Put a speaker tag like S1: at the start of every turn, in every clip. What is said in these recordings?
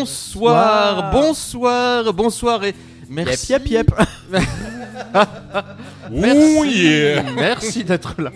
S1: Bonsoir, bonsoir, bonsoir et merci.
S2: Yep, yep,
S1: Merci,
S3: Ouh, yeah.
S1: merci d'être là.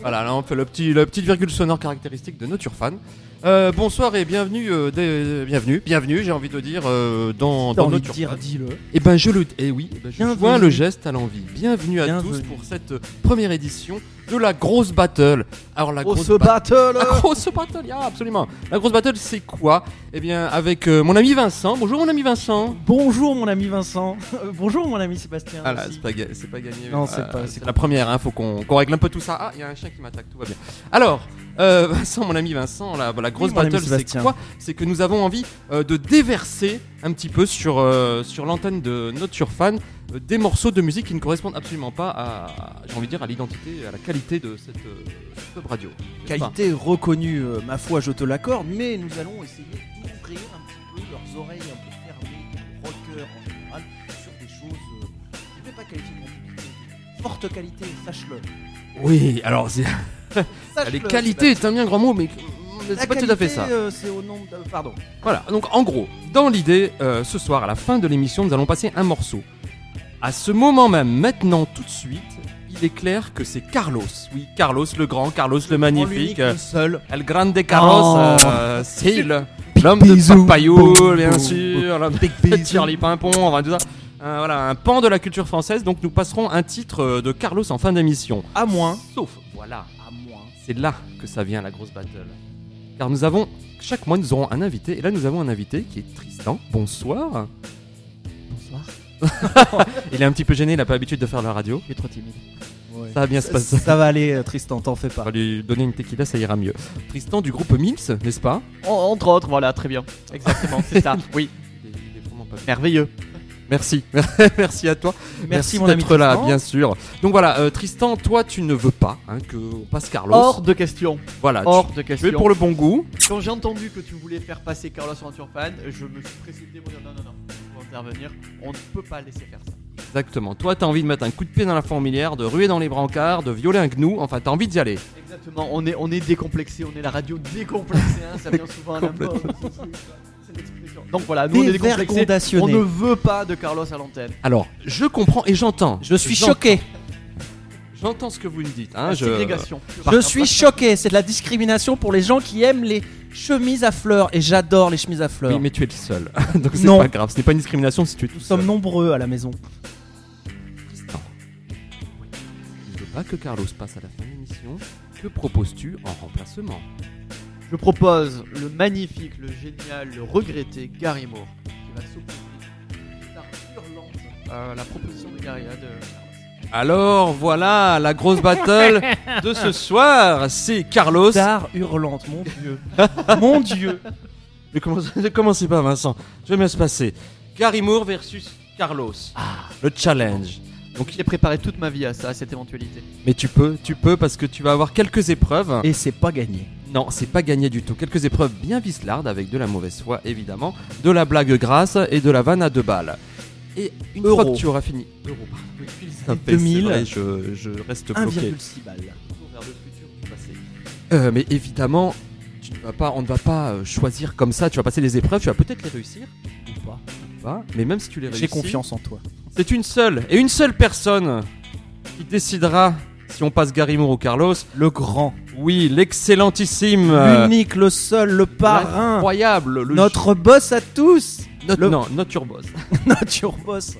S1: Voilà, là on fait le petit, le petit virgule sonore caractéristique de notre fan. Euh, bonsoir et bienvenue, euh, des- bienvenue, bienvenue. J'ai envie de le dire euh, dans,
S2: T'as
S1: dans
S2: envie de
S1: notre
S2: dire, dis-le.
S1: Et ben je le, eh oui, eh ben, je
S2: Bienvenue.
S1: joins le geste à l'envie. Bienvenue à
S2: Bienvenue.
S1: tous pour cette euh, première édition de la grosse battle. Alors la
S2: Oh,
S1: grosse
S2: ce battle
S1: la grosse battle, yeah, absolument. La grosse battle, c'est quoi Eh bien, avec euh, mon ami Vincent. Bonjour, mon ami Vincent.
S2: Bonjour mon ami Vincent. Euh, Bonjour mon ami Sébastien.
S1: Ah là,
S2: aussi.
S1: c'est pas, ga- c'est pas gagné.
S2: Non, c'est pas- c'est
S1: la première, hein, faut qu'on qu'on règle un peu tout ça. Ah, il y a un chien qui m'attaque, tout va bien. Alors, euh, Vincent, mon ami Vincent, bah, la, la grosse
S2: Oui, mon ami
S1: battle, c'est
S2: Sébastien.
S1: quoi C'est que nous avons envie euh, de déverser un petit peu sur, euh, sur l'antenne de notre surfan euh, des morceaux de musique qui ne correspondent absolument pas à, j'ai envie de dire, à l'identité, à la qualité de cette, euh, cette radio. N'est-ce pas
S2: Qualité reconnue, euh, ma foi, je te l'accorde, mais nous allons essayer d'ouvrir un petit peu leurs oreilles un peu fermées, des rockers en général, sur des choses. euh, je ne vais pas qualifier de compliquées. Forte qualité, sache-le.
S1: Oui, alors, c'est-
S2: Sache-le,
S1: les qualités, c'est un bien grand mot, mais euh,
S2: Sébastien.
S1: c'est
S2: La
S1: pas tout à fait
S2: qualité,
S1: ça.
S2: euh, c'est au nombre. de- Pardon.
S1: Voilà, donc en gros, dans l'idée, euh, ce soir, à la fin de l'émission, nous allons passer un morceau. À ce moment même, maintenant, tout de suite, il est clair que c'est Carlos. Oui, Carlos le grand, Carlos le
S2: En l'unique,
S1: magnifique,
S2: le seul.
S1: El Grande Carlos,
S2: Oh.
S1: euh, c'est le- l'homme de
S2: Bisous.
S1: Papayou,
S2: Boum,
S1: bien
S2: boum,
S1: sûr, l'homme de
S2: bisous.
S1: Thierry Pimpon, enfin tout ça. Euh, voilà, un pan de la culture française, donc nous passerons un titre euh, de Carlos en fin d'émission.
S2: À moins.
S1: Sauf, voilà,
S2: À moins.
S1: c'est là que ça vient la grosse battle. Car nous avons, chaque mois nous aurons un invité, et là nous avons un invité qui est Tristan. Bonsoir.
S2: Bonsoir.
S1: Il est un petit peu gêné, il n'a pas l'habitude de faire la radio.
S2: Je suis trop timide.
S1: Ça va bien se passer.
S2: Ça va aller, euh, Tristan, t'en fais
S1: On
S2: pas.
S1: va lui donner une tequila, ça ira mieux. Tristan du groupe Mims, n'est-ce pas
S4: En- entre autres, voilà, très bien. Exactement, c'est ça. Oui,
S1: Il est- il est vraiment pas-
S4: merveilleux.
S1: Merci, merci à toi.
S2: Merci, mon ami
S1: d'être là,
S2: Tristan.
S1: bien sûr. Donc voilà, euh, Tristan, toi tu ne veux pas hein, que on passe Carlos.
S4: Hors de question.
S1: voilà, tu-
S4: Hors de
S1: tu es
S4: question.
S1: pour le bon goût.
S4: Quand j'ai entendu que tu voulais faire passer Carlos en Turfan, je me suis précipité pour dire non, non, non, il faut intervenir. On ne peut pas laisser faire ça.
S1: Exactement. Toi, t'as envie de mettre un coup de pied dans la fourmilière, de ruer dans les brancards, de violer un gnou. Enfin, t'as envie d'y aller.
S4: Exactement, on est, on est décomplexé, on est la radio décomplexée, hein, ça vient souvent à l'impôt. C'est l'expression. Donc voilà, nous on est décomplexés. On
S2: Dévergondationné.
S4: ne veut pas de Carlos à l'antenne.
S1: Alors, je comprends et j'entends.
S2: Je suis
S1: J'entends-
S2: choqué.
S1: J'entends ce que vous me dites. hein,
S4: La
S1: je-
S4: ségrégation.
S2: Je suis choqué. C'est de la discrimination pour les gens qui aiment les chemises à fleurs. Et j'adore les chemises à fleurs.
S1: Oui, mais tu es le seul. Donc c'est
S2: Non.
S1: pas grave. Ce n'est pas une discrimination si tu es tout
S2: Nous sommes
S1: seul.
S2: nombreux à la maison.
S1: Tristan. Je veux pas que Carlos passe à la fin de l'émission. Que proposes-tu en remplacement
S4: Je propose le magnifique, le génial, le regretté Gary Moore qui va s'opposer par hurlante à la proposition de Gary. euh, de-
S1: Alors voilà la grosse battle de ce soir. C'est Carlos.
S2: Star hurlante, mon dieu. mon dieu.
S1: Ne commence- ne commencez pas, Vincent. Je vais bien se passer. Gary Moore versus Carlos. Le challenge.
S4: Donc j'ai préparé toute ma vie à ça, à cette éventualité.
S1: Mais tu peux, tu peux parce que tu vas avoir quelques épreuves.
S2: Et c'est pas gagné.
S1: Non, c'est pas gagné du tout. Quelques épreuves bien vislardes avec de la mauvaise foi, évidemment, de la blague grasse et de la vanne à deux balles. Et une
S2: Euro.
S1: fois que tu auras fini. Euro, pardon. Oui, ça fait, Ah, ben, c'est
S2: 2000.
S1: vrai, je, je reste bloqué.
S2: 1,6 balles.
S1: Euh, mais évidemment, tu ne vas pas, on ne va pas euh, choisir comme ça. Tu vas passer les épreuves, tu vas peut-être les réussir ou pas. ou pas. Mais même si tu les réussis,
S2: J'ai confiance en toi.
S1: C'est une seule et une seule personne qui décidera si on passe Gary Moore ou Carlos.
S2: Le grand,
S1: Oui, l'excellentissime. euh,
S2: l'unique, le seul, le parrain.
S1: Incroyable, le
S2: Notre boss à tous.
S1: Notre,
S2: Le-
S1: Non, notre boss.
S2: Notre boss.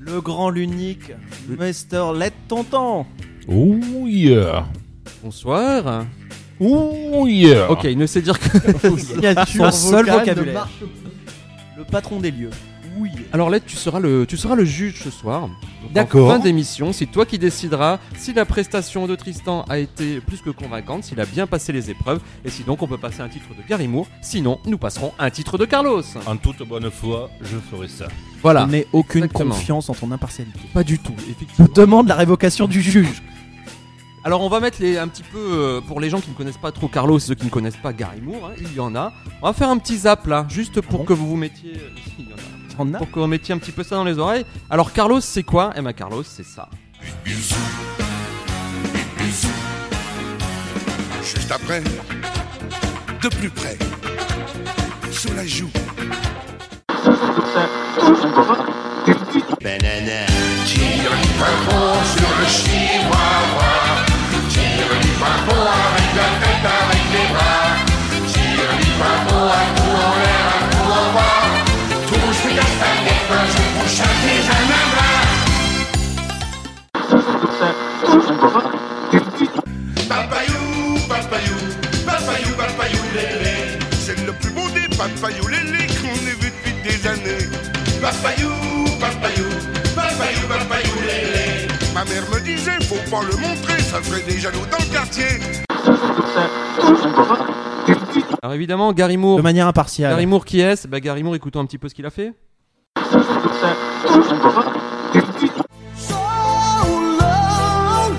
S2: Le grand, l'unique.
S1: Le-
S2: Mr. Let Tonton.
S3: Ouh, yeah.
S1: Bonsoir.
S3: Ouh, yeah.
S1: Ok, il ne sait dire que.
S2: Son seul
S4: vocale ne
S2: vocabulaire.
S4: marche
S2: Le patron des lieux. Oui.
S1: Alors là, tu seras le, tu seras le juge ce soir. Donc,
S3: D'accord.
S1: En fin d'émission, c'est toi qui décideras si la prestation de Tristan a été plus que convaincante, s'il a bien passé les épreuves, et si donc on peut passer un titre de Gary Moore. Sinon, nous passerons un titre de Carlos.
S3: En toute bonne foi, je ferai ça.
S1: Voilà.
S2: Je n'ai aucune
S1: Exactement.
S2: confiance en ton impartialité.
S1: Pas du tout,
S2: Je
S1: effectivement.
S2: demande la révocation du juge.
S1: Alors on va mettre les, un petit peu euh, pour les gens qui ne connaissent pas trop Carlos et ceux qui ne connaissent pas Gary Moore, hein, il y en a. On va faire un petit zap là, juste pour
S2: bon
S1: que vous vous mettiez. euh, Il y en a.
S2: On a
S1: Pour que vous mettiez un petit peu ça dans les oreilles. Alors Carlos, c'est quoi Eh ben Carlos, c'est ça.
S5: Juste après, de plus près, sur la joue, Papayou, papayou, papayou, papayou, lélé. C'est le plus beau des papayou, lélé qu'on ait vu depuis des années. Papayou, papayou, papayou, papayou, lélé. Ma mère me disait, faut pas le montrer, ça ferait des jaloux dans le quartier.
S1: Alors évidemment, Gary Moore.
S6: De manière impartiale.
S1: Gary Moore, qui est-ce bah, Gary Moore, écoutons un petit peu ce qu'il a fait.
S5: So long,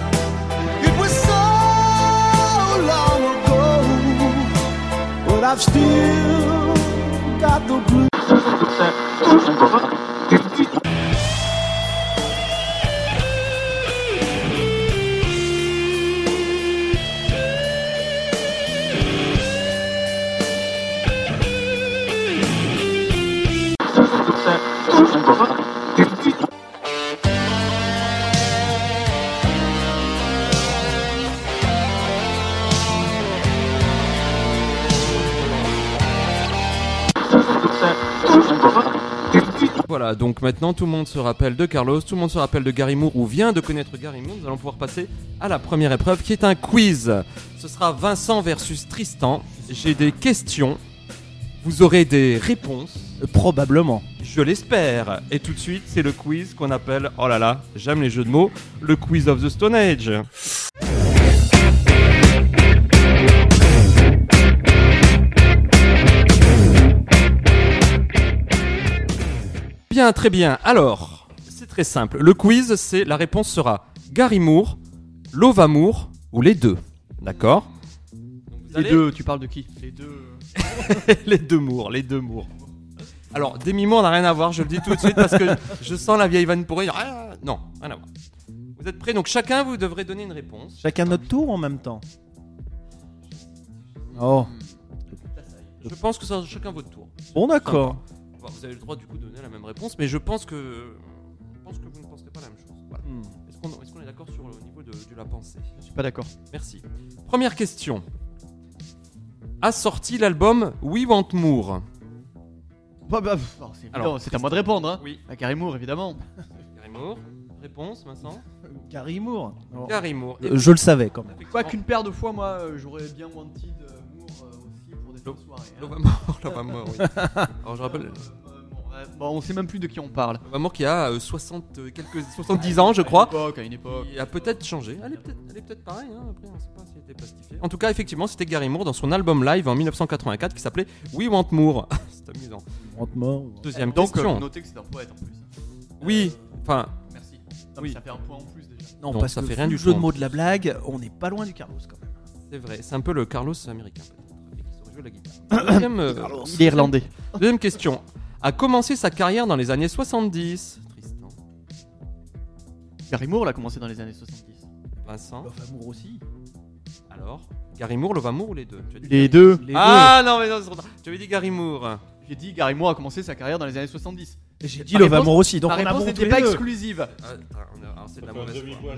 S5: it was so long ago, but I've still got the blues.
S1: Voilà, donc maintenant tout le monde se rappelle de Carlos, tout le monde se rappelle de Gary Moore ou vient de connaître Gary Moore. Nous allons pouvoir passer à la première épreuve qui est un quiz. Ce sera Vincent versus Tristan. J'ai des questions, vous aurez des réponses,
S6: Euh, Probablement.
S1: je l'espère. Et tout de suite, c'est le quiz qu'on appelle, oh là là, j'aime les jeux de mots, le quiz of the Stone Age. Bien, très bien. Alors, c'est très simple. Le quiz, c'est la réponse sera Gary Moore, Lova Moore ou les deux. D'accord
S4: Les deux, tu parles de qui Les deux. euh.
S1: les deux Moore, les deux Moore. Alors, Demi Moore n'a rien à voir, je le dis tout de suite parce que je sens la vieille vanne pourrie. Ah, non, rien à voir. Vous êtes prêts Donc chacun, vous devrez donner une réponse.
S6: Chacun notre tour en même temps. Oh.
S1: Je pense que ça sera chacun votre tour.
S6: Bon, d'accord.
S1: Bon, vous avez le droit du coup de donner la même réponse, mais je pense que, je pense que vous ne penserez pas la même chose. Voilà.
S6: Hmm.
S1: Est-ce qu'on est-ce qu'on est, d'accord sur le niveau de, de la pensée
S4: Je suis pas d'accord.
S1: Merci. Première question. A sorti l'album We Want Moore
S4: Bah, bah, pff, alors, c'est
S1: Alors,
S4: évident, c'est à moi de répondre. Hein.
S1: Oui.
S4: À Gary Moore, évidemment.
S1: Gary Moore. Réponse, Vincent
S6: Gary Moore. Oh.
S1: Gary Moore.
S6: Euh, Je le savais quand même.
S4: Quoi qu'une paire de fois, moi, euh, j'aurais bien wanted euh, Moore euh, aussi pour des
S1: Lo-
S4: soirées. hein.
S1: Lova Moore, Lova Moore, oui. Alors je rappelle,
S4: Euh, bon, ouais, bon, on sait même plus de qui on parle.
S1: Lova Moore qui a euh, 60, euh, quelques, 70 ans, je crois.
S4: À une époque, à une époque.
S1: Il a peut-être changé. Elle est peut-être peut pareille, hein. après on sait pas si elle était plastifiée. En tout cas, effectivement, c'était Gary Moore dans son album live en 1984 qui s'appelait We Want Moore. C'est amusant.
S6: Lentement.
S1: Deuxième
S4: Donc,
S1: question.
S4: euh, notez que c'est un poète en plus. hein.
S1: Oui, enfin,
S4: Merci. Non,
S1: Oui.
S4: mais ça fait un point en plus déjà.
S6: Non,
S1: Non,
S6: parce
S1: ça
S6: que
S1: fait
S6: vu
S1: rien
S6: le
S1: du
S6: jeu
S1: tout, hein.
S6: de
S1: en
S6: mots de la blague, on n'est pas loin du Carlos quand même.
S1: c'est vrai, c'est un peu le Carlos américain peut-être. avec qui saurait jouer la guitare. Deuxième, euh,
S4: Il est irlandais.
S1: deuxième question. A commencé sa carrière dans les années 70 Tristan,
S4: Gary Moore l'a commencé dans les années 70.
S1: Vincent,
S6: Love Amour aussi.
S1: alors Gary Moore, Lova Moore ou les deux Tu as dit
S4: Les
S1: Gary-
S4: deux.
S6: Les
S1: Ah non, mais non, c'est trop tard. Tu avais dit Gary Moore.
S4: J'ai dit Gary Moore a commencé sa carrière dans les années 70.
S6: deux. J'ai dit
S4: Ma
S6: Love
S4: réponse-
S6: Amour aussi, donc
S4: La
S6: on a
S4: réponse
S6: bon tous
S4: n'était
S6: les
S4: pas
S6: deux.
S1: Ah,
S4: exclusive.
S1: alors, c'est de la
S3: Ça fait un
S1: mauvaise foi.
S3: demi-point.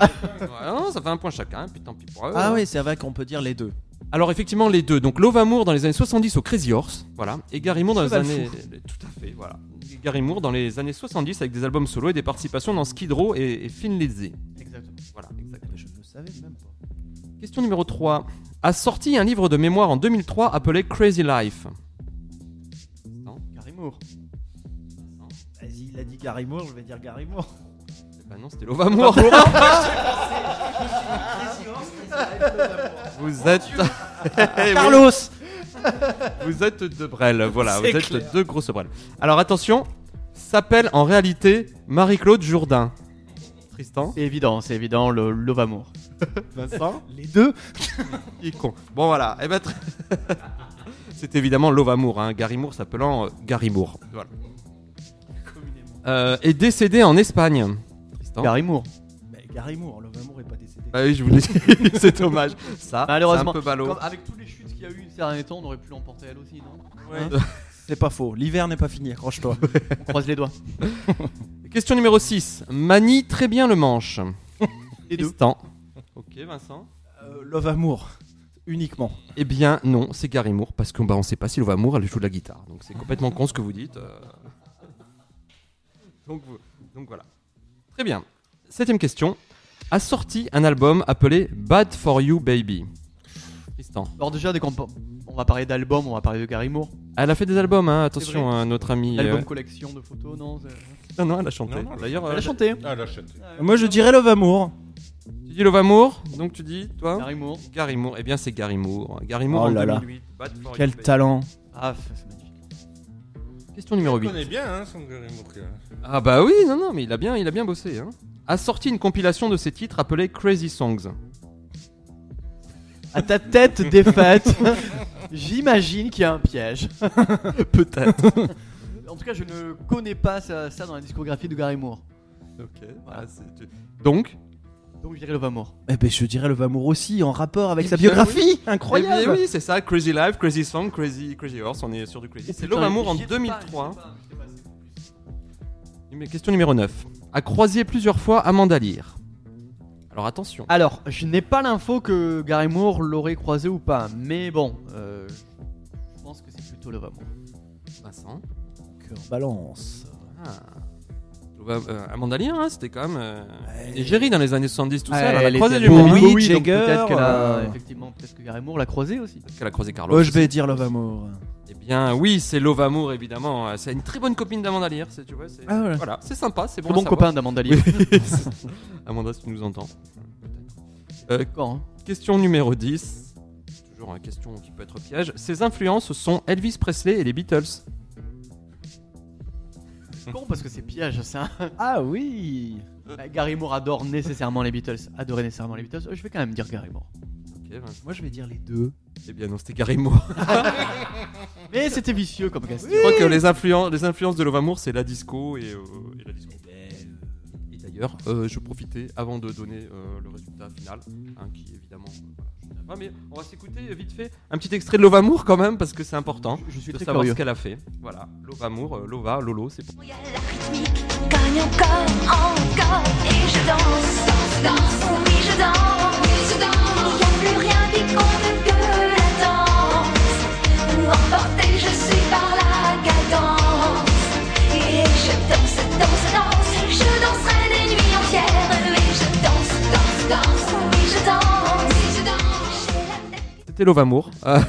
S1: Ah non, ça fait un point chacun, puis tant pis pour eux.
S6: Ah oui, c'est vrai qu'on peut dire les deux.
S1: Alors effectivement les deux, donc Love Amour dans les années 70 au Crazy Horse, voilà, et Gary Moore dans les
S6: Cheval
S1: années... Tout à fait, voilà. Gary Moore dans les années 70 avec des albums solo et des participations dans Skid Row et, et Thin Lizzy.
S4: Exactement.
S1: Voilà, exactement.
S6: Je ne le savais même pas.
S1: Question numéro 3. A sorti un livre de mémoire en 2003 appelé Crazy Life.
S4: Gary Moore.
S6: Vas-y, il a dit Gary Moore, je vais dire Gary Moore.
S1: Eh ben non, c'était Love Amour. Vous êtes... Eh oui.
S6: Carlos
S1: Vous êtes deux brels, voilà, vous
S6: C'est
S1: êtes deux grosses brels. Alors attention, s'appelle en réalité Marie-Claude Jourdain. Tristan
S4: C'est évident, c'est évident, le Love Amour.
S1: Vincent
S6: Les deux
S1: Il est con. Bon voilà, eh ben, tr- c'est évidemment Love Amour, hein, Gary Moore s'appelant euh, Gary Moore. Voilà. Euh, est décédé en Espagne. Tristan Ah
S4: Gary Moore.
S6: Mais Gary Moore, Love Amour est pas décédé.
S1: Bah oui, je vous l'ai dit, c'est dommage. Ça,
S4: Malheureusement,
S1: c'est un peu ballot.
S4: Comme avec toutes les chutes qu'il y a eu ces derniers temps, on aurait pu l'emporter elle aussi, non
S6: C'est pas faux. L'hiver n'est pas fini, accroche-toi.
S4: On croise les doigts.
S1: Question numéro 6. Manie très bien le manche.
S4: Les deux.
S1: Tristan. Ok, Vincent.
S6: Euh, love amour. Uniquement.
S1: Eh bien, non, c'est Gary Moore, parce qu'on bah, on sait pas si Lova Moore, elle joue de la guitare. Donc c'est complètement con ce que vous dites. euh. Donc, vous- donc voilà. Très bien. Septième question. A sorti un album appelé Bad for You Baby. Tristan.
S4: Alors déjà, dès qu'on pa- on va parler d'album, on va parler de Gary Moore.
S1: Elle a fait des albums, hein,
S4: C'est
S1: attention,
S4: vrai.
S1: hein, notre ami.
S4: L'album
S1: euh,
S4: collection de photos, non c'est-
S1: Non, non, elle a chanté.
S3: Non, non, elle a
S1: D'ailleurs,
S4: Elle
S1: euh,
S4: a chanté.
S3: Ah, l'achète.
S4: euh,
S6: Moi, je dirais Love amour.
S1: tu dis Lova Moore, donc tu dis, toi
S4: Gary Moore.
S1: Gary Moore. Eh bien, c'est Gary Moore. Gary Moore
S6: Oh
S1: en
S6: là là.
S1: 2008. Bad for
S6: Quel
S1: You Baby.
S6: talent.
S4: Ah, c'est magnifique.
S1: Question numéro
S3: On
S1: 8.
S3: connaît bien, hein, son Gary Moore.
S1: Ah bah oui, non, non, mais il a bien, il a bien bossé. Hein. A sorti une compilation de ses titres appelée Crazy Songs.
S4: À ta tête défaite, j'imagine qu'il y a un piège.
S1: Peut-être.
S4: En tout cas, je ne connais pas ça, ça dans la discographie de Gary Moore.
S1: ok. Donc,
S4: Donc je dirais Love Amour.
S6: Eh ben, je dirais Love amour aussi, en rapport avec
S1: Eh
S6: sa
S1: bien,
S6: biographie.
S1: eh bien
S6: Incroyable.
S1: oui, c'est ça, Crazy Life, Crazy Song, Crazy, crazy Horse, on est sur du
S6: Oh
S1: crazy. C'est Love
S4: Putain,
S1: Amour en
S4: j'y étais pas,
S1: 2003.
S4: j'y étais pas, j'y étais pas, c'est plus.
S1: Mais Question numéro 9. A croisé plusieurs fois Amanda Lear. Alors attention.
S4: Alors, je n'ai pas l'info que Gary Moore l'aurait croisé ou pas, mais bon, euh, je pense que c'est plutôt Love Amour.
S1: Vincent.
S6: Cœur balance.
S1: Ah. Love- euh, Amanda Lear, hein, c'était quand même euh, une égérie dans les années 70, tout ça. Elle a croisé du monde.
S6: Bowie,
S1: hein.
S6: Jagger,
S4: donc peut-être qu'elle a-
S6: euh,
S4: effectivement, peut-être que Gary Moore l'a croisé aussi.
S1: Peut-être qu'elle a croisé Carlos.
S6: Oh, je vais dire Love amour.
S1: Eh bien, oui, c'est Love Amour, évidemment. Euh, C'est une très bonne copine d'Amanda Lear, c'est- tu vois. c'est-
S6: Ah, voilà.
S1: Voilà, c'est sympa, c'est bon.
S4: Très bon
S1: à
S4: copain d'Amanda Lear.
S1: savoir. Amanda, si tu nous entends.
S4: D'accord, hein.
S1: Question numéro 10. Toujours une question qui peut être piège. Ses influences sont Elvis Presley et les Beatles.
S4: C'est con parce que c'est piège ça.
S6: Ah oui.
S4: Bah, Gary Moore adore nécessairement les Beatles. Adorait nécessairement les Beatles. Euh, Je vais quand même dire Gary Moore.
S1: Ok, Vincent.
S6: Moi, je vais dire les deux.
S1: Eh bien, non, c'était Gary Moore.
S4: Mais c'était vicieux comme question.
S1: Je crois que les, influen- les influences de Love Amour, c'est la disco et, euh, et la disco. Et d'ailleurs, euh, je profitais avant de donner euh, le résultat final, hein, qui évidemment. euh, voilà, je ne sais pas, mais on va s'écouter euh, vite fait un petit extrait de Love Amour quand même, parce que c'est important
S4: Je suis
S1: de
S4: très
S1: savoir
S4: curieux.
S1: ce qu'elle a fait. Voilà, Love Amour, euh, Lova, Lolo, c'est pour.
S7: Il y a la rythmique, gagne encore, encore, et je danse, danse, danse, oui je danse, je danse. Il n'y a plus rien qui compte que la danse. Nous emporter, je suis par la cadence. Et je danse, danse, danse, je danserai des nuits entières. Et je danse, danse, danse, oui je danse, je danse. J'ai la tête
S1: C'était Love Amour. Euh,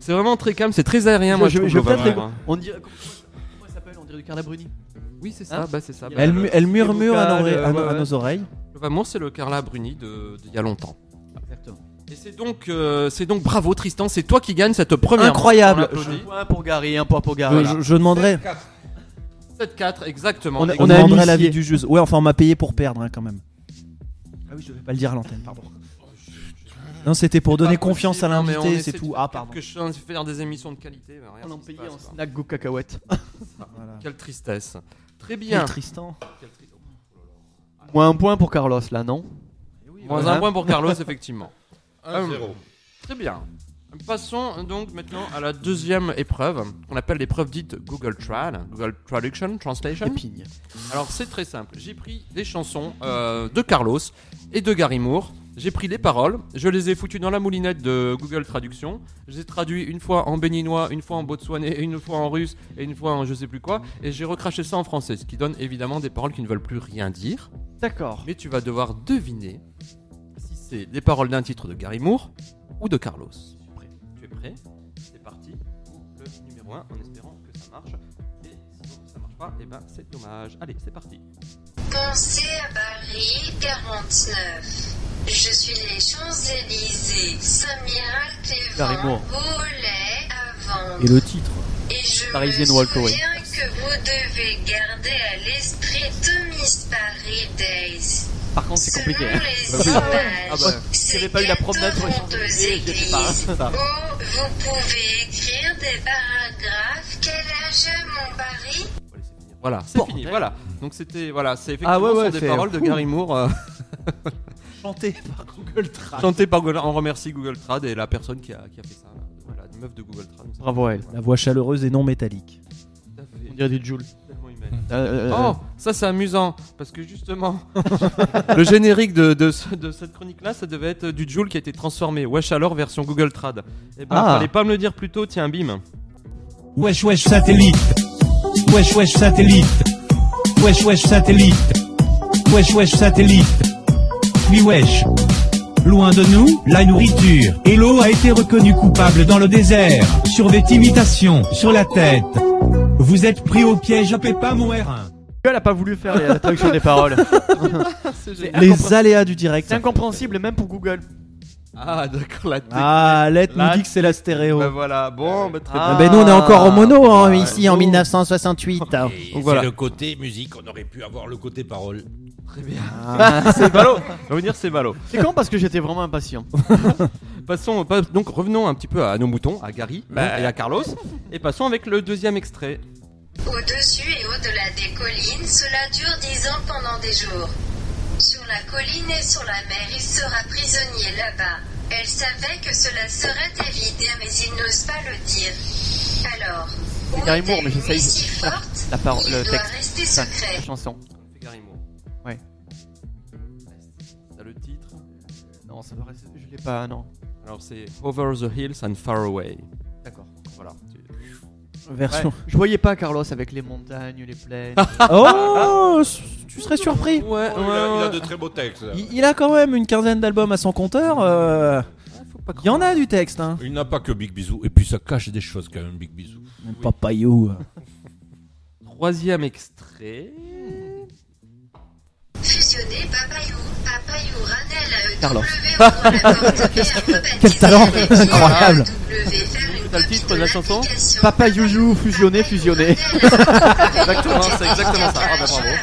S1: c'est vraiment très calme, c'est très aérien, moi je,
S4: Je-
S1: trouve,
S4: je-
S1: Love
S4: peut-être-
S1: Amour, hein.
S4: On dirait. Comment comment ça s'appelle On dirait du Carla Bruni.
S1: Oui, c'est ça,
S4: Hein
S1: bah, c'est ça.
S4: Il y a
S1: bah,
S6: Elle,
S1: le-
S6: mu- elle murmure à nos,
S4: vocale,
S6: à nos-
S4: ouais,
S6: à
S4: ouais.
S6: nos oreilles.
S1: Love Amour, c'est le Carla Bruni de- d'il y a longtemps.
S4: Exactement.
S1: Et c'est donc, euh, c'est donc bravo Tristan, c'est toi qui gagne cette première.
S6: Incroyable.
S1: On l'applaudit.
S4: Un point pour Gary, un point pour
S1: Ah,
S4: Gary.
S6: Je- Je, je demanderai.
S1: 7-4, exactement.
S4: On a-
S1: Et-
S6: On,
S4: a
S6: demanderait
S4: initié.
S6: l'avis du juge. Ouais, enfin, on m'a payé pour perdre hein, quand même. Ah oui, je vais pas le dire à l'antenne, pardon. Non, c'était pour donner
S1: Pas
S6: confiance à
S1: possible, non, mais on
S6: l'invité,
S1: essaie
S6: c'est
S1: de
S6: tout.
S1: faire
S6: Ah, pardon.
S1: Quelque chose, faire des émissions de qualité. mais regarde
S4: On
S1: ce
S4: en
S1: qui se
S4: payait en
S1: passe, là.
S4: snack go cacahuète.
S6: Voilà.
S1: Quelle tristesse. Très
S6: Quel
S1: bien.
S6: Tristan.
S4: Moins un point pour Carlos là, non
S1: Moins un point pour Carlos, effectivement.
S3: 1-0.
S1: Très bien. Passons donc maintenant à la deuxième épreuve, qu'on appelle l'épreuve dite Google Trad, Google Traduction, Translation.
S4: Épigne.
S1: Alors c'est très simple, j'ai pris des chansons euh, de Carlos et de Gary Moore, j'ai pris les paroles, je les ai foutues dans la moulinette de Google Traduction, je les ai traduites une fois en béninois, une fois en botswanais, une fois en russe et une fois en je sais plus quoi, et j'ai recraché ça en français, ce qui donne évidemment des paroles qui ne veulent plus rien dire,
S4: D'accord.
S1: mais tu vas devoir deviner si c'est les paroles d'un titre de Gary Moore ou de Carlos. Tu es prêt C'est parti pour le numéro 1 en espérant que ça marche. Et sinon ça marche pas, et ben c'est dommage. Allez, c'est parti.
S8: Pensez à Paris 49. Je suis les Champs-Élysées. Samira Clément
S4: Carrément.
S8: Gaulet avant.
S6: Et le titre.
S8: Et je
S4: Parisienne
S8: me
S4: Walkaway.
S8: souviens que vous devez garder à l'esprit de Miss Paris Days.
S4: Par contre, c'est compliqué. hein.
S8: Selon les images,
S4: Ah bah, si j'avais pas eu la promenade sur les Champs-Élysées, j'y étais pas.
S8: Oh, vous pouvez écrire des paragraphes. Quel âge a mon Paris
S1: Voilà, c'est
S4: Bordel.
S1: fini. Voilà. Donc c'était voilà, c'est effectivement
S4: Ah ouais, ouais,
S1: sur des
S4: c'est-
S1: paroles de
S4: Ouh.
S1: Gary Moore euh,
S6: Chanté par Google Trad.
S1: Ah. chantées par Google. On remercie Google Trad et la personne qui a, qui a fait ça. Voilà. meuf de Google Trad. donc c'est
S4: Bravo à elle.
S2: La voix chaleureuse et non métallique.
S1: tout à
S4: On
S1: fait
S4: dirait des Jules.
S1: tellement humaine.
S4: Euh, euh,
S1: Oh, ça c'est amusant parce que justement, le générique de, de ce- de cette chronique-là, ça devait être du Joule qui a été transformé. Wesh alors version Google Trad. Et ben,
S4: Ah.
S1: fallait pas me le dire plus tôt, tiens, bim.
S9: Wesh wesh satellite. Wesh wesh satellite. Wesh wesh satellite. Wesh wesh satellite. Oui wesh. Loin de nous, la nourriture et l'eau a été reconnue coupable dans le désert. Survêt imitation sur la tête. Vous êtes pris au piège à Pépa mon R1.
S4: Elle a pas voulu faire la traduction des paroles. C'est
S2: Les
S4: incompréhensible.
S2: aléas du direct.
S4: C'est incompréhensible même pour Google.
S1: Ah, d'accord, la
S2: Ah, Alette
S1: Là-
S2: nous dit que c'est la stéréo.
S1: Bah voilà, bon, bah, très
S4: Ah.
S1: bien.
S2: ben nous on est encore en mono hein,
S4: Ouais.
S2: ici en 1968.
S1: Donc voilà.
S3: le côté musique, on aurait pu avoir le côté parole.
S1: C'est ballot. On va vous dire, c'est ballot.
S4: C'est quand parce que j'étais vraiment impatient.
S1: Passons, pas- donc revenons un petit peu à nos moutons, à Ah, Gary et à Carlos, et passons avec le deuxième extrait.
S8: Au-dessus et au-delà des collines, cela dure dix ans pendant des jours. Sur la colline et sur la mer, il sera prisonnier là-bas. Elle savait que cela serait évident, mais il n'ose pas le dire. Alors,
S4: C'est
S8: où
S4: Gary Moore, mais
S8: est-elle,
S4: j'essaye.
S8: si forte,
S4: La parole,
S8: il
S4: le
S8: doit
S4: texte,
S8: rester
S4: Enfin,
S8: secret.
S4: la chanson. Ouais.
S1: Ça le titre.
S4: Non, ça va rester. Je l'ai pas, non.
S1: Alors c'est Over the Hills and Far Away.
S4: D'accord.
S1: Voilà.
S2: Version.
S4: Je voyais pas Carlos avec les montagnes, les plaines. Ah,
S2: Oh, tu serais surpris.
S1: Ouais,
S3: Oh, il, a, il a de très beaux textes.
S2: Il, il a quand même une quinzaine d'albums à son compteur. euh, Il y en a du texte. Hein.
S3: Il n'a pas que Big Bisou. Et puis ça cache des choses quand même, Big Bisou.
S2: Papayou.
S1: Troisième extrait.
S8: Fusionner Papayou, Papayou,
S4: Carlos.
S8: Ranel, euh, AEW,
S2: Quel talent Incroyable.
S1: T'as le titre de la chanson
S4: Papa Youjou, fusionné, fusionné.
S1: Exactement, c'est exactement ça. Ah bah bravo.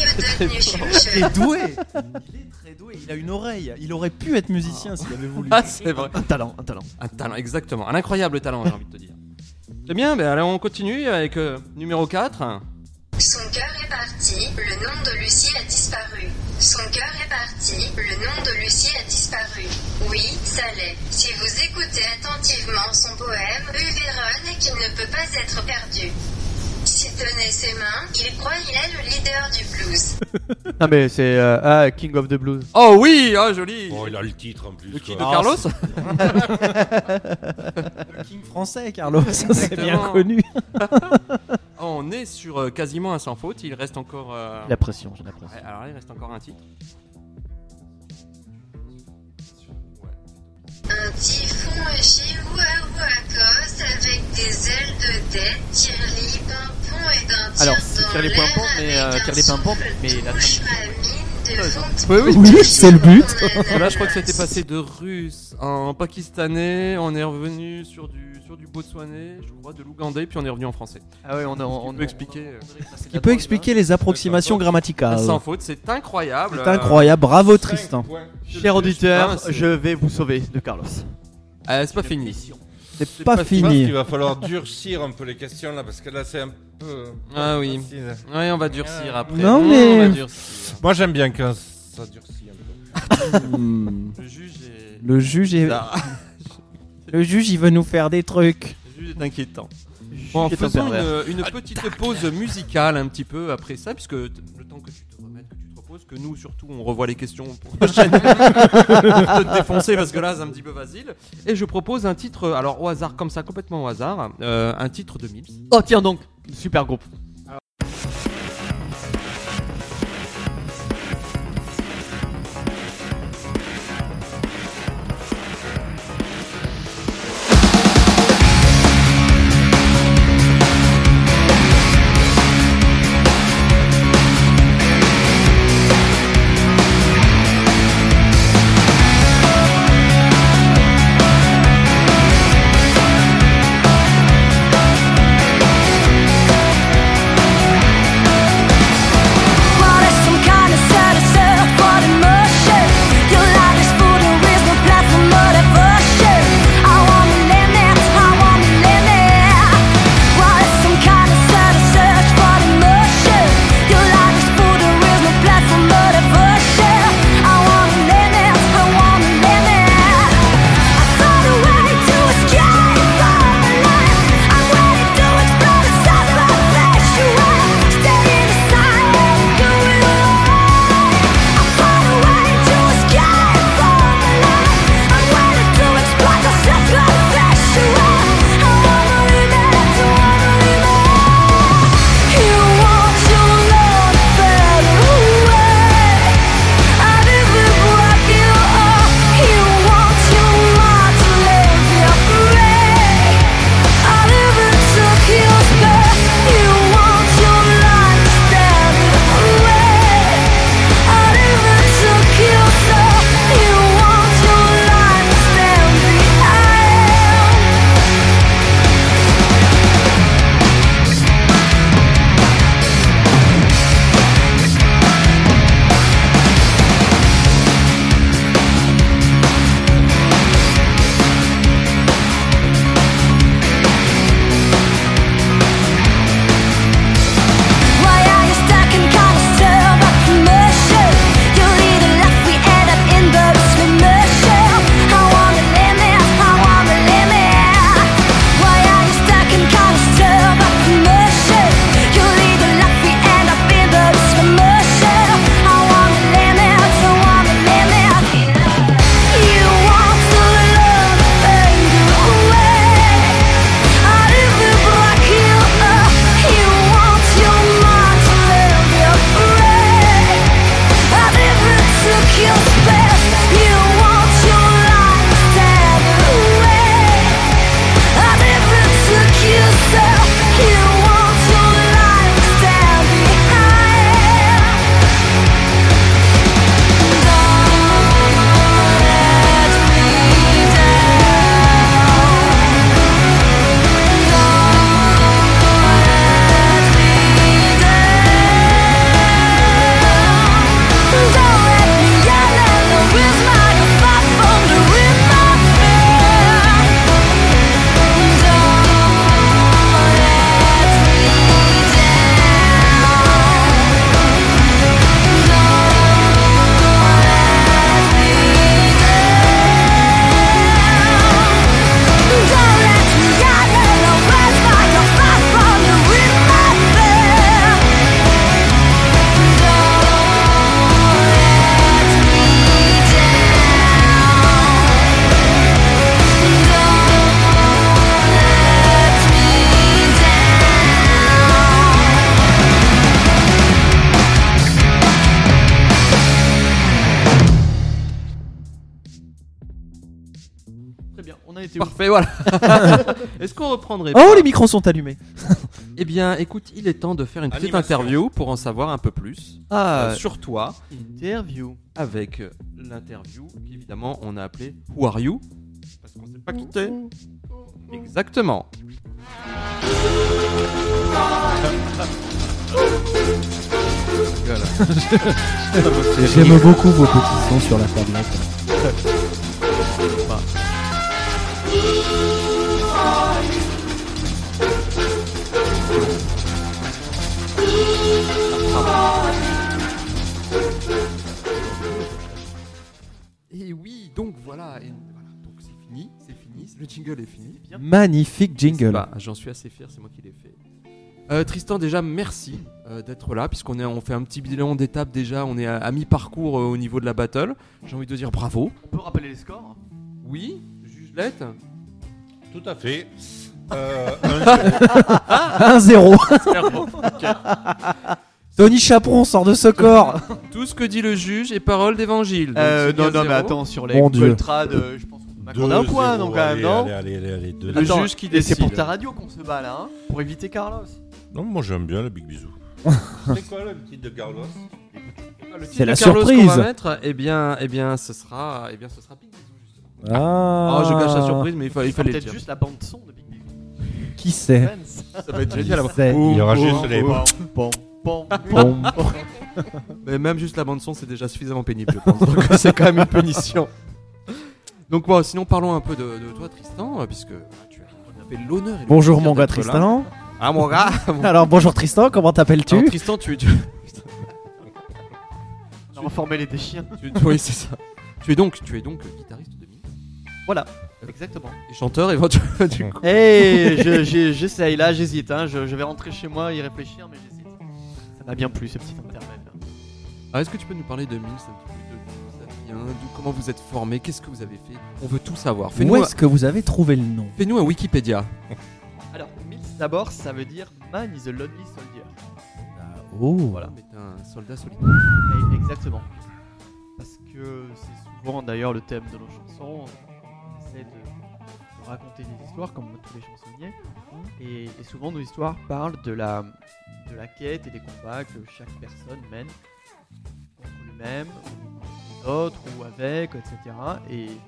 S8: E bravo.
S2: Il est doué. Il est très doué. Il a une oreille. Il aurait pu être musicien s'il avait voulu.
S1: Ah c'est vrai.
S4: Un talent, un talent.
S1: Un talent, exactement. Un incroyable talent, j'ai envie de te dire. Très bien, ben, allez, on continue avec euh, numéro 4.
S8: Son cœur est parti, le nom de Lucie a disparu. Son cœur est parti, le nom de Lucie a disparu. Oui, ça l'est. Si vous écoutez attentivement son poème, Uveron, qui ne peut pas être perdu. S'il tenait ses mains, il croit qu'il est le leader du blues.
S4: Non mais c'est euh, ah, King of the Blues.
S1: Oh oui, oh joli.
S3: Bon, il a le titre en plus.
S1: Le qui de
S3: quoi.
S1: Carlos
S2: King français, Carlos. C'est bien
S1: Exactement.
S2: connu.
S1: Oh, On est sur euh, quasiment un sans faute, il reste encore... euh,
S4: La pression, j'ai la pression.
S1: Ouais, alors là, il reste encore un titre.
S8: Un typhon est chez Ouahuacos avec des ailes de tête, Tirli Pimpon et un tir
S4: Alors, c'est
S8: dans
S4: Tirli
S8: l'air
S4: Pimpon, mais, euh,
S8: avec un
S4: Tirli Pimpon,
S8: souffle
S4: mais la
S8: touche
S4: femme-
S8: ma mine de
S4: Creuse, hein.
S8: fond-
S1: Oui,
S2: Oui, c'est le but.
S1: Là, je crois que c'était passé de russe en pakistanais, on est revenu sur du, sur du botswanais, je crois, de l'ougandais, puis on est revenu en français.
S4: Ah ouais, on a, on,
S1: On peut expliquer.
S2: Qui peut expliquer les approximations
S1: euh,
S2: grammaticales.
S1: Sans faute, c'est incroyable.
S2: Ah, C'est
S1: euh,
S2: incroyable. Bravo Tristan.
S4: Cher auditeur,
S1: Ah, c'est-
S4: je vais vous sauver de Carlos.
S1: euh, c'est pas fini.
S2: C'est pas
S3: Je pense qu'il
S2: fini.
S3: va falloir durcir un peu les questions là, parce que là c'est un peu.
S1: Ah oui.
S3: facile.
S1: Ouais, on va durcir après.
S2: Non,
S1: Mmh,
S2: mais-
S1: On va durcir.
S3: Moi j'aime bien que ça durcit un peu.
S2: Hmm.
S1: Le juge est.
S2: Le juge est...
S1: Ah,
S2: Le juge, il veut nous faire des trucs.
S1: le juge est inquiétant.
S4: Bon,
S1: Bon, faisons une, une petite pause musicale un petit peu après ça, puisque t- le temps que tu te remettes, que tu te reposes, que nous surtout on revoit les questions pour prochaine pour te défoncer parce que là c'est un petit peu facile. Et je propose un titre, alors au hasard comme ça, complètement au hasard, euh, un titre de Mims.
S4: Oh tiens donc, super groupe.
S10: Papayou, papayou,
S1: Mais voilà. Est-ce qu'on reprendrait
S4: Oh,
S1: pas
S4: les micros sont allumés.
S1: Eh bien, écoute, il est temps de faire une petite
S11: Animation.
S1: interview pour en savoir un peu plus
S4: Ah,
S1: euh, sur toi,
S4: interview.
S1: avec euh, l'interview qu'évidemment on a appelé Who Are You Parce qu'on s'est pas quitté. Exactement.
S2: J'aime beaucoup vos petits sons sur la tablette.
S1: Et oui, donc voilà. et voilà, Donc c'est fini, c'est fini, le jingle est fini. Bien.
S2: Magnifique jingle.
S1: Bah, J'en suis assez fier, c'est moi qui l'ai fait. Euh, Tristan, déjà merci euh, d'être là, puisqu'on est, on fait un petit bilan d'étape déjà, on est à, à mi-parcours euh, au niveau de la battle. J'ai envie de dire bravo.
S4: On peut rappeler les scores hein.
S1: Oui, Jugelette
S11: Tout à fait. Euh, un-
S2: 1-0. Tony Chaperon sort de ce corps.
S1: Tout ce que dit le juge est parole d'évangile. Donc, c'est
S4: Euh, Non,
S1: bien
S4: non, mais
S1: zéro.
S4: attends, sur les
S2: Mon Dieu.
S4: Google Trad, euh, je pense qu'on a- qu'on a un
S11: deux,
S4: point,
S11: zéro,
S4: donc quand même,
S11: allez,
S4: non
S11: Allez, allez, allez, allez, deux.
S1: Le
S4: Attends,
S1: juge qui
S4: et C'est pour
S1: décide.
S4: ta radio qu'on se bat là, hein pour éviter Carlos.
S11: Non, moi j'aime bien le Big Bisou. C'est quoi le petit de Carlos
S1: Ah, Le titre
S2: C'est la
S1: de Carlos qu'on va
S2: surprise.
S1: mettre, eh bien, eh bien, ce sera, eh bien, ce sera Big Bisou, justement. Oh,
S2: Ah,
S1: je cache la surprise, mais il, fa- il fallait le
S4: Ah, Peut-être
S1: dire.
S4: juste la bande son de Big Big
S2: Qui c'est
S4: Friends.
S1: Ça va être
S2: Qui
S1: génial. à voir.
S2: c'est
S11: Il y aura juste les.
S4: Oh, Bon, bon, bon.
S2: Bon.
S1: Mais même juste la bande son, c'est déjà suffisamment pénible, je pense. Donc Oh, c'est quand même une punition. Donc bon, sinon parlons un peu de, de toi, Tristan, euh, puisque ah, tu as tu as fait l'honneur. et le
S2: Bonjour
S1: plaisir
S2: mon gars
S1: d'être là.
S2: Tristan.
S1: Ah mon gars. mon-
S2: Alors bonjour Tristan, comment t'appelles-tu
S1: Alors, Tristan, tu, tu,
S4: On va former les déchiens.
S1: tu- oui, c'est ça. Tu es donc, tu es donc euh, guitariste de mine
S4: Voilà, exactement.
S1: et chanteur éventuellement. du coup.
S4: Hey, je- j'ai- j'essaye là, j'hésite. Hein. Je, je vais rentrer chez moi y réfléchir, mais j'hésite. Ça m'a bien plu ce petit intermède.
S1: Alors, est-ce que tu peux nous parler de mine c'est un petit peu de d'où ça vient, d'où- comment vous êtes formé, qu'est-ce que vous avez fait On veut tout savoir.
S2: Où
S1: Fais-nous, un-
S2: est-ce que vous avez trouvé le nom
S1: fais-nous un Wikipédia.
S4: Alors, Mills d'abord, ça veut dire Man is a Lonely Soldier.
S2: Oh,
S1: Voilà, Ah, mais t'es un soldat solide.
S4: Et exactement. Parce que c'est souvent d'ailleurs le thème de nos chansons. On essaie de, de raconter des histoires comme tous les chansonniers. Et, et souvent nos histoires parlent de la, de la quête et des combats que chaque personne mène contre lui-même, ou contre les autres, ou avec, etc. Et, et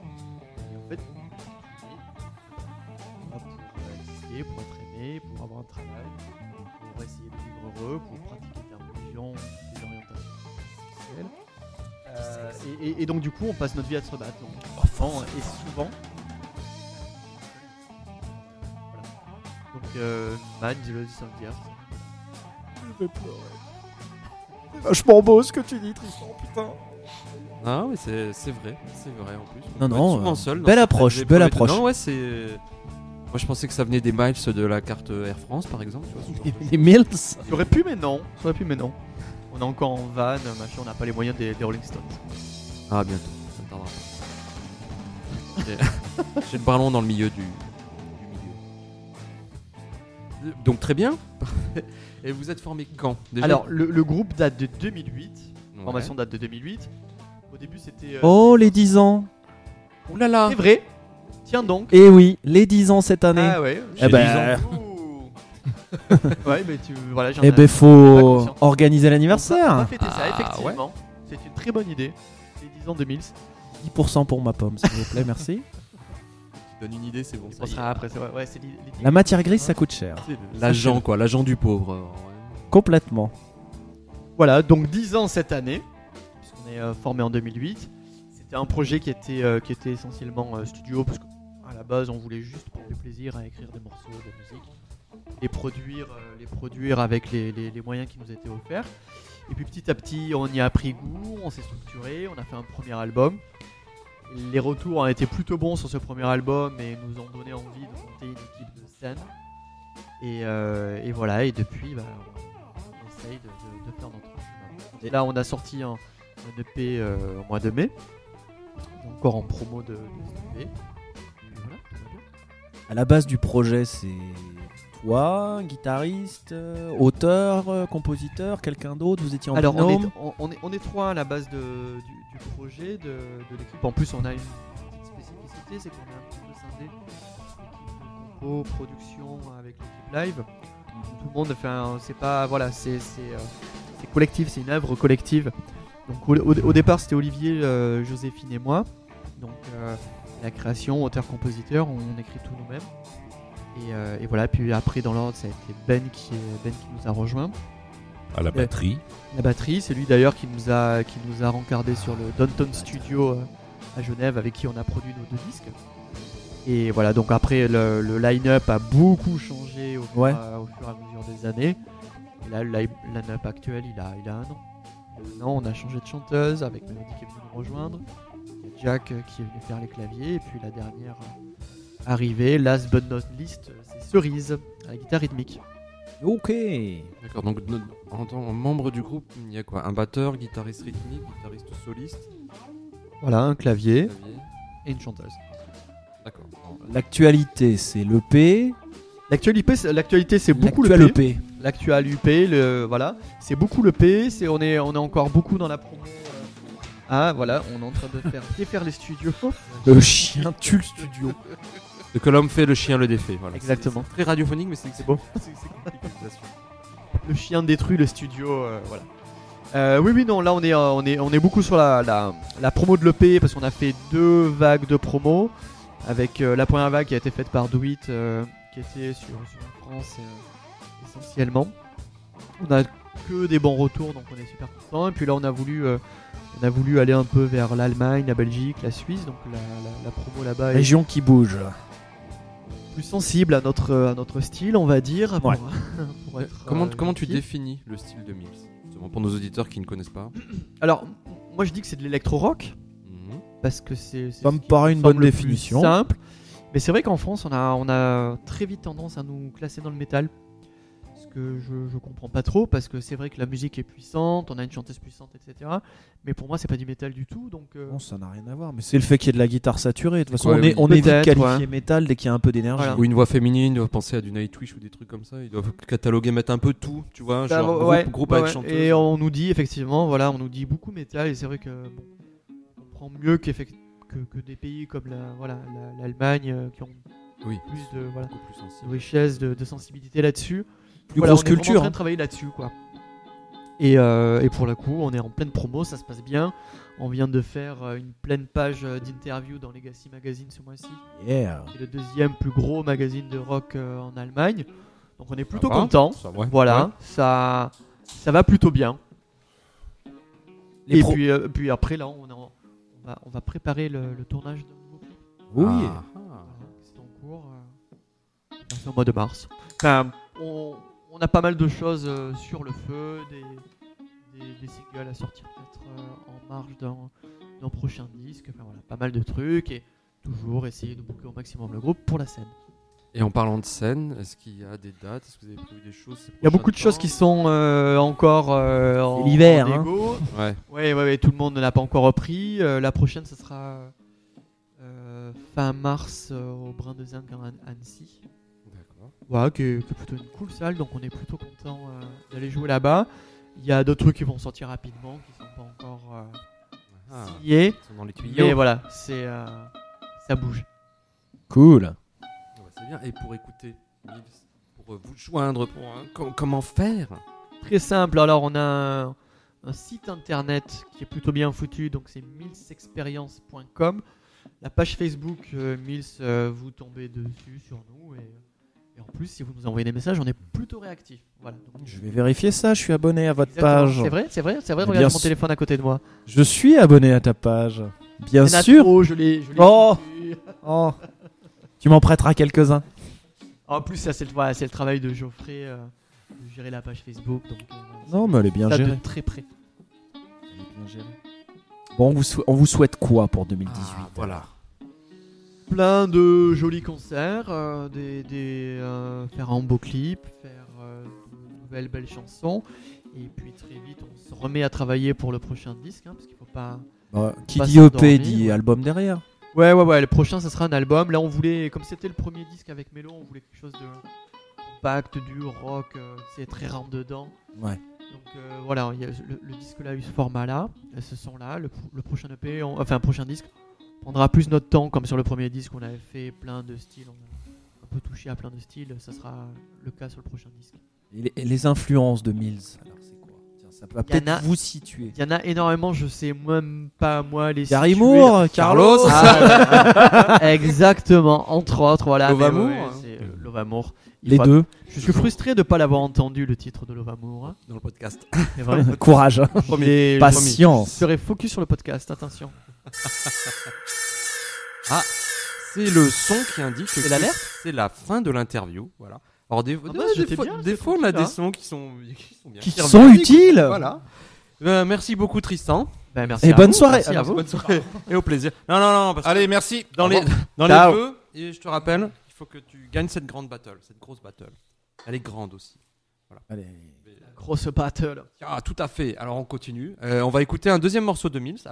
S4: en fait, on est pour exister, pour être aimé, pour avoir un travail, pour essayer de vivre heureux, pour pratiquer des religions, des orientations. Sexuel. Euh, et, et- et donc du coup, on passe notre vie à se battre. Donc, enfant et souvent. Voilà. Donc, euh, Man, dis-le, dis sans le dire.
S2: Vachement beau ce que tu dis Tristan.
S1: Ah oui, c'est c'est vrai, c'est vrai en plus.
S2: Non,
S1: On peut
S2: non,
S1: être souvent
S2: euh,
S1: seul dans
S2: belle
S1: certaines
S2: approche,
S1: épreuves
S2: belle
S1: et tout.
S2: approche.
S1: Non, ouais, c'est. Moi, je pensais que ça venait des miles de la carte Air France, par exemple. Tu vois, ce genre de choses.
S2: Les Mills
S4: J'aurais pu, mais non. J'aurais pu, mais non. On est encore en van, machin, on n'a pas les moyens des, des Rolling Stones.
S1: ah, bientôt. Ça ne tardera pas. J'ai- J'ai le ballon dans le milieu du. du milieu. Donc très bien. Et vous êtes formé quand déjà
S4: Alors, le, le groupe date de 2008.
S1: Ouais.
S4: La Formation date de 2008. Au début, c'était. euh,
S2: Oh, les 10 ans.
S1: Oh là là
S4: C'est vrai. Tiens donc.
S2: Eh oui, les 10 ans cette année.
S4: Ah ouais.
S2: eh ben,
S4: Ouh. ouais, mais tu. Voilà, j'en
S2: eh
S4: ai-
S2: ben
S4: pas
S2: faut
S4: conscience.
S2: organiser
S4: On va
S2: l'anniversaire.
S4: fêter ça,
S1: Ah,
S4: effectivement. C'est une très bonne idée. Les 10 ans de Mills.
S2: 10% pour ma pomme, s'il vous plaît, merci.
S1: Tu donnes une idée, c'est bon.
S4: On pensera après, c'est ouais, ouais, c'est les- les 10
S2: La matière grise, ça coûte cher.
S1: L'agent, quoi, l'agent du pauvre.
S2: Complètement.
S4: Voilà, donc 10 ans cette année, puisqu'on est euh, formé en 2008. C'était un projet qui était, euh, qui était essentiellement euh, studio, parce qu'à la base, on voulait juste prendre du plaisir à écrire des morceaux, de la musique, les produire, euh, les produire avec les, les- les moyens qui nous étaient offerts. Et puis petit à petit, on y a pris goût, on s'est structuré, on a fait un premier album. Les retours ont été plutôt bons sur ce premier album et nous ont donné envie de monter une équipe de scène. Et, euh, et voilà, et depuis, bah, on essaye de, de- de faire notre chemin. Et là, on a sorti un, un EP euh, au mois de mai, encore en promo de, de cet EP. Et voilà, tout va bien.
S2: À la base du projet, c'est toi, guitariste, euh, auteur, euh, compositeur, quelqu'un d'autre. Vous étiez en
S4: Alors, on
S2: binôme.
S4: est, on, on est, on est trois à la base de, du, du projet, de, de l'équipe. En plus, on a une petite spécificité, c'est qu'on est un petit peu scindé compo, production avec l'équipe live. Tout le monde, enfin, c'est pas. Voilà, c'est c'est, euh, c'est collectif, c'est une œuvre collective. Donc au, au- au départ, c'était Olivier, euh, Joséphine et moi. Donc euh, la création, auteur-compositeur, on écrit tout nous-mêmes. Et, euh, et voilà, puis après, dans l'ordre, ça a été Ben qui, ben qui nous a rejoints.
S12: À la
S4: Euh,
S12: batterie.
S4: la batterie, c'est lui d'ailleurs qui nous a qui nous a rencardé sur le Downton Studio euh, à Genève avec qui on a produit nos deux disques. Et voilà, donc après le, le line-up a beaucoup changé au fur,
S2: Ouais.
S4: à- au fur et à mesure des années. Et là, le li- line-up actuel, il a, il a un an. Il a un an, on a changé de chanteuse avec Mélodie qui est venue nous rejoindre. Il y a Jack euh, qui est venu faire les claviers. Et puis la dernière euh, arrivée, last but not least, euh, c'est Cerise à la guitare rythmique.
S2: Ok.
S1: D'accord, donc no- en tant que membre du groupe, il y a quoi Un batteur, guitariste rythmique, guitariste soliste
S4: Voilà, un clavier
S1: clavier.
S4: et une chanteuse.
S1: D'accord. Bon, bah,
S2: L'actualité, c'est le P.
S4: L'actuel IP, c'est- L'actualité, c'est beaucoup le
S2: L'actuel
S4: P.
S2: EP.
S4: L'actuel UP, le, voilà. C'est beaucoup le P. C'est, on, est, on est encore beaucoup dans la promo. euh. Ah, voilà, on est en train de faire défaire les studios.
S2: Le chien tue le studio.
S1: Ce que l'homme fait, le chien le défait. Voilà.
S4: Exactement.
S1: C'est Très radiophonique, mais c'est c'est
S4: beau.
S1: c'est- c'est compliqué d'utilisation.
S4: Le chien détruit le studio, euh, voilà. Euh, oui, oui, non, là, on est, euh, on est, on est beaucoup sur la, la, la promo de l'EP parce qu'on a fait deux vagues de promo. Avec euh, la première vague qui a été faite par Douit, euh, qui était sur, sur la France euh, essentiellement. On a que des bons retours, donc on est super content. Et puis là, on a voulu, euh, on a voulu aller un peu vers l'Allemagne, la Belgique, la Suisse. Donc la, la- la promo là-bas est
S2: Région qui bouge.
S4: plus sensible à notre, à notre style, on va dire. pour-
S2: Ouais.
S4: pour être,
S1: Comment,
S4: euh,
S1: comment tu
S4: utile.
S1: définis le style de Mills Justement, Pour nos auditeurs qui ne connaissent pas.
S4: Alors, m- moi je dis que c'est de l'électro-rock,
S1: Mhm.
S4: parce que c'est. c'est
S2: Ça
S4: ce
S2: me
S4: qui
S2: paraît une
S4: semble
S2: bonne
S4: le plus
S2: définition.
S4: Simple. Mais c'est vrai qu'en France, on a, on a très vite tendance à nous classer dans le métal. Ce que je, je comprends pas trop, parce que c'est vrai que la musique est puissante, on a une chanteuse puissante, etc. Mais pour moi, c'est pas du métal du tout, donc. euh,
S2: Non, ça n'a rien à voir, mais c'est le fait qu'il y ait de la guitare saturée. De toute façon,
S1: Ouais,
S2: on, est,
S1: oui.
S2: on est vite
S4: Peut-être,
S2: qualifié
S4: ouais.
S2: métal dès qu'il y a un peu d'énergie.
S4: Voilà.
S1: Ou une voix féminine, ils doivent penser à du Nightwish ou des trucs comme ça. Ils doivent cataloguer, mettre un peu tout, tu vois.
S4: Ah,
S1: Genre
S4: ouais,
S1: groupe,
S4: ouais,
S1: groupe
S4: ouais,
S1: avec
S4: ouais.
S1: chanteuse.
S4: Et on nous dit effectivement, voilà, on nous dit beaucoup métal et c'est vrai que bon, on comprend mieux qu'effect- que, que des pays comme la- voilà, la- l'Allemagne euh, qui ont
S1: Oui.
S4: plus de voilà,
S1: Beaucoup plus sensible.
S4: de richesse, de, de sensibilité là-dessus.
S2: Plus
S4: Voilà,
S2: grosse
S4: on est vraiment
S2: culture. hein.
S4: en train de travailler là-dessus, quoi. Et, euh, et pour le coup, on est en pleine promo, ça se passe bien. On vient de faire euh, une pleine page euh, d'interview dans Legacy Magazine ce mois-ci,
S2: hein. Yeah.
S4: qui est le deuxième plus gros magazine de rock euh, en Allemagne. Donc on est plutôt
S1: va.
S4: content.
S1: Ça, ouais.
S4: Voilà, ça, ça va plutôt bien.
S2: Les
S4: et
S2: pro-
S4: puis, euh, puis après, là, on, est en- on va, on va préparer le, le tournage de nouveau clip.
S2: Oui.
S1: Ah.
S4: Voilà, C'est en cours. euh, c'est au mois de mars. Enfin, on, on a pas mal de choses euh, sur le feu, des, des, des singles à sortir peut-être euh, en marge d'un d'un prochain disque. Enfin voilà, pas mal de trucs et toujours essayer de boucler au maximum le groupe pour la scène.
S1: Et en parlant de scène, est-ce qu'il y a des dates Est-ce que vous avez prévu des choses ces
S4: Il y a
S1: prochains
S4: beaucoup de choses
S1: temps
S4: qui sont euh, encore euh, en,
S2: l'hiver,
S4: en
S2: hein.
S4: négo.
S1: Ouais.
S4: Ouais, ouais, ouais, tout le monde ne l'a pas encore repris. Euh, la prochaine, ça sera euh, fin mars euh, au Brin de Zinc à An- Annecy.
S1: D'accord.
S4: Voilà, qui est, qui est plutôt une cool salle, donc on est plutôt content euh, d'aller jouer là-bas. Il y a d'autres trucs qui vont sortir rapidement, qui sont pas encore euh,
S1: Ah,
S4: signés.
S1: ils sont dans les tuyaux.
S4: Mais voilà, c'est euh, ça bouge.
S2: Cool.
S1: Ouais, Ah bah, c'est bien. Et pour écouter Mills, pour euh, vous joindre, pour euh, com- comment faire
S4: Très simple, alors on a un, un site internet qui est plutôt bien foutu, donc c'est millsexperience.com. La page Facebook euh, Mills, euh, vous tombez dessus sur nous. Et, et en plus, si vous nous envoyez des messages, on est plutôt réactif. Voilà, donc-
S2: Je vais vérifier ça, je suis abonné à votre
S4: Exactement.
S2: page.
S4: C'est vrai, c'est vrai, c'est vrai,
S2: Mais
S4: regarde
S2: bien
S4: mon
S2: sûr.
S4: téléphone à côté de moi.
S2: Je suis abonné à ta page. Bien
S4: Il y en a
S2: sûr.
S4: trop, je l'ai. je l'ai
S2: Oh.
S4: foutu.
S2: Oh. Tu m'en prêteras quelques-uns.
S4: En plus, ça, c'est le, voilà, c'est le travail de Geoffrey euh, de gérer la page Facebook. Donc, euh, voilà,
S2: Non, mais elle est bien
S4: ça
S2: gérée.
S4: de très près.
S2: Bon, on vous, sou- on vous souhaite quoi pour 2018
S1: Ah, voilà.
S4: Plein de jolis concerts, euh, des, des, euh, faire un beau clip, faire euh, de nouvelles belles chansons. Et puis très vite, on se remet à travailler pour le prochain disque, hein, parce qu'il faut pas.
S2: Bah, Qui
S4: Pas
S2: dit EP
S4: s'endormir,
S2: dit
S4: ouais.
S2: album derrière.
S4: Ouais, ouais, ouais. Le prochain, ça sera un album. Là, on voulait, comme c'était le premier disque avec Mélo, on voulait quelque chose de compact, dur, rock. euh, c'est très rare dedans.
S2: Ouais.
S4: Donc euh, voilà, il y a- le, le disque là a eu ce format là, ce son là, le, pro- le prochain EP, on- enfin prochain disque, prendra plus notre temps comme sur le premier disque on avait fait plein de styles, on a un peut toucher à plein de styles, ça sera le cas sur le prochain disque.
S2: Et les, et les influences de Mills, alors c'est quoi Tiens, Ça va peut-être
S4: a-
S2: vous situer.
S4: Il y en a énormément, je sais même pas moi les
S2: Gary
S4: situer.
S2: Moore, Carlos.
S4: Ah, ouais, ouais. Exactement, entre autres, voilà.
S2: Love
S4: mais
S2: Amour,
S4: ouais,
S2: hein.
S4: c'est, euh, Love Amour. Il
S2: Les
S4: faut-
S2: deux.
S4: Je suis frustré de pas l'avoir entendu le titre de Love Amour. hein.
S12: Dans le podcast.
S4: C'est vrai.
S2: Courage.
S4: J'ai-
S2: Patience.
S4: Je serai focus sur le podcast, attention.
S1: Ah, c'est le son qui indique que
S4: l'alerte
S1: c'est Ah la fin de l'interview. Voilà. Alors des, des-
S4: mince,
S1: des
S4: j'étais
S1: fois,
S4: bien,
S1: des
S4: j'étais
S1: fois, on a
S4: tranquille,
S1: des
S4: hein.
S1: sons qui sont qui sont, bien,
S2: Qui
S1: reviennent.
S2: sont utiles.
S1: Voilà. Euh, merci beaucoup Tristan.
S4: Ben, merci
S2: Et
S4: à
S2: bonne
S4: vous,
S2: soirée.
S4: merci à vous.
S1: Bonne soirée et au plaisir. Non non non. parce que
S12: Allez, merci.
S1: dans les dans les
S2: Ciao.
S1: vœux, et je te rappelle, il faut que tu gagnes cette grande battle, cette grosse battle. Elle est grande aussi.
S2: Allez.
S4: Grosse battle.
S1: Ah tout à fait. Alors on continue. Euh, on va écouter un deuxième morceau de Mills.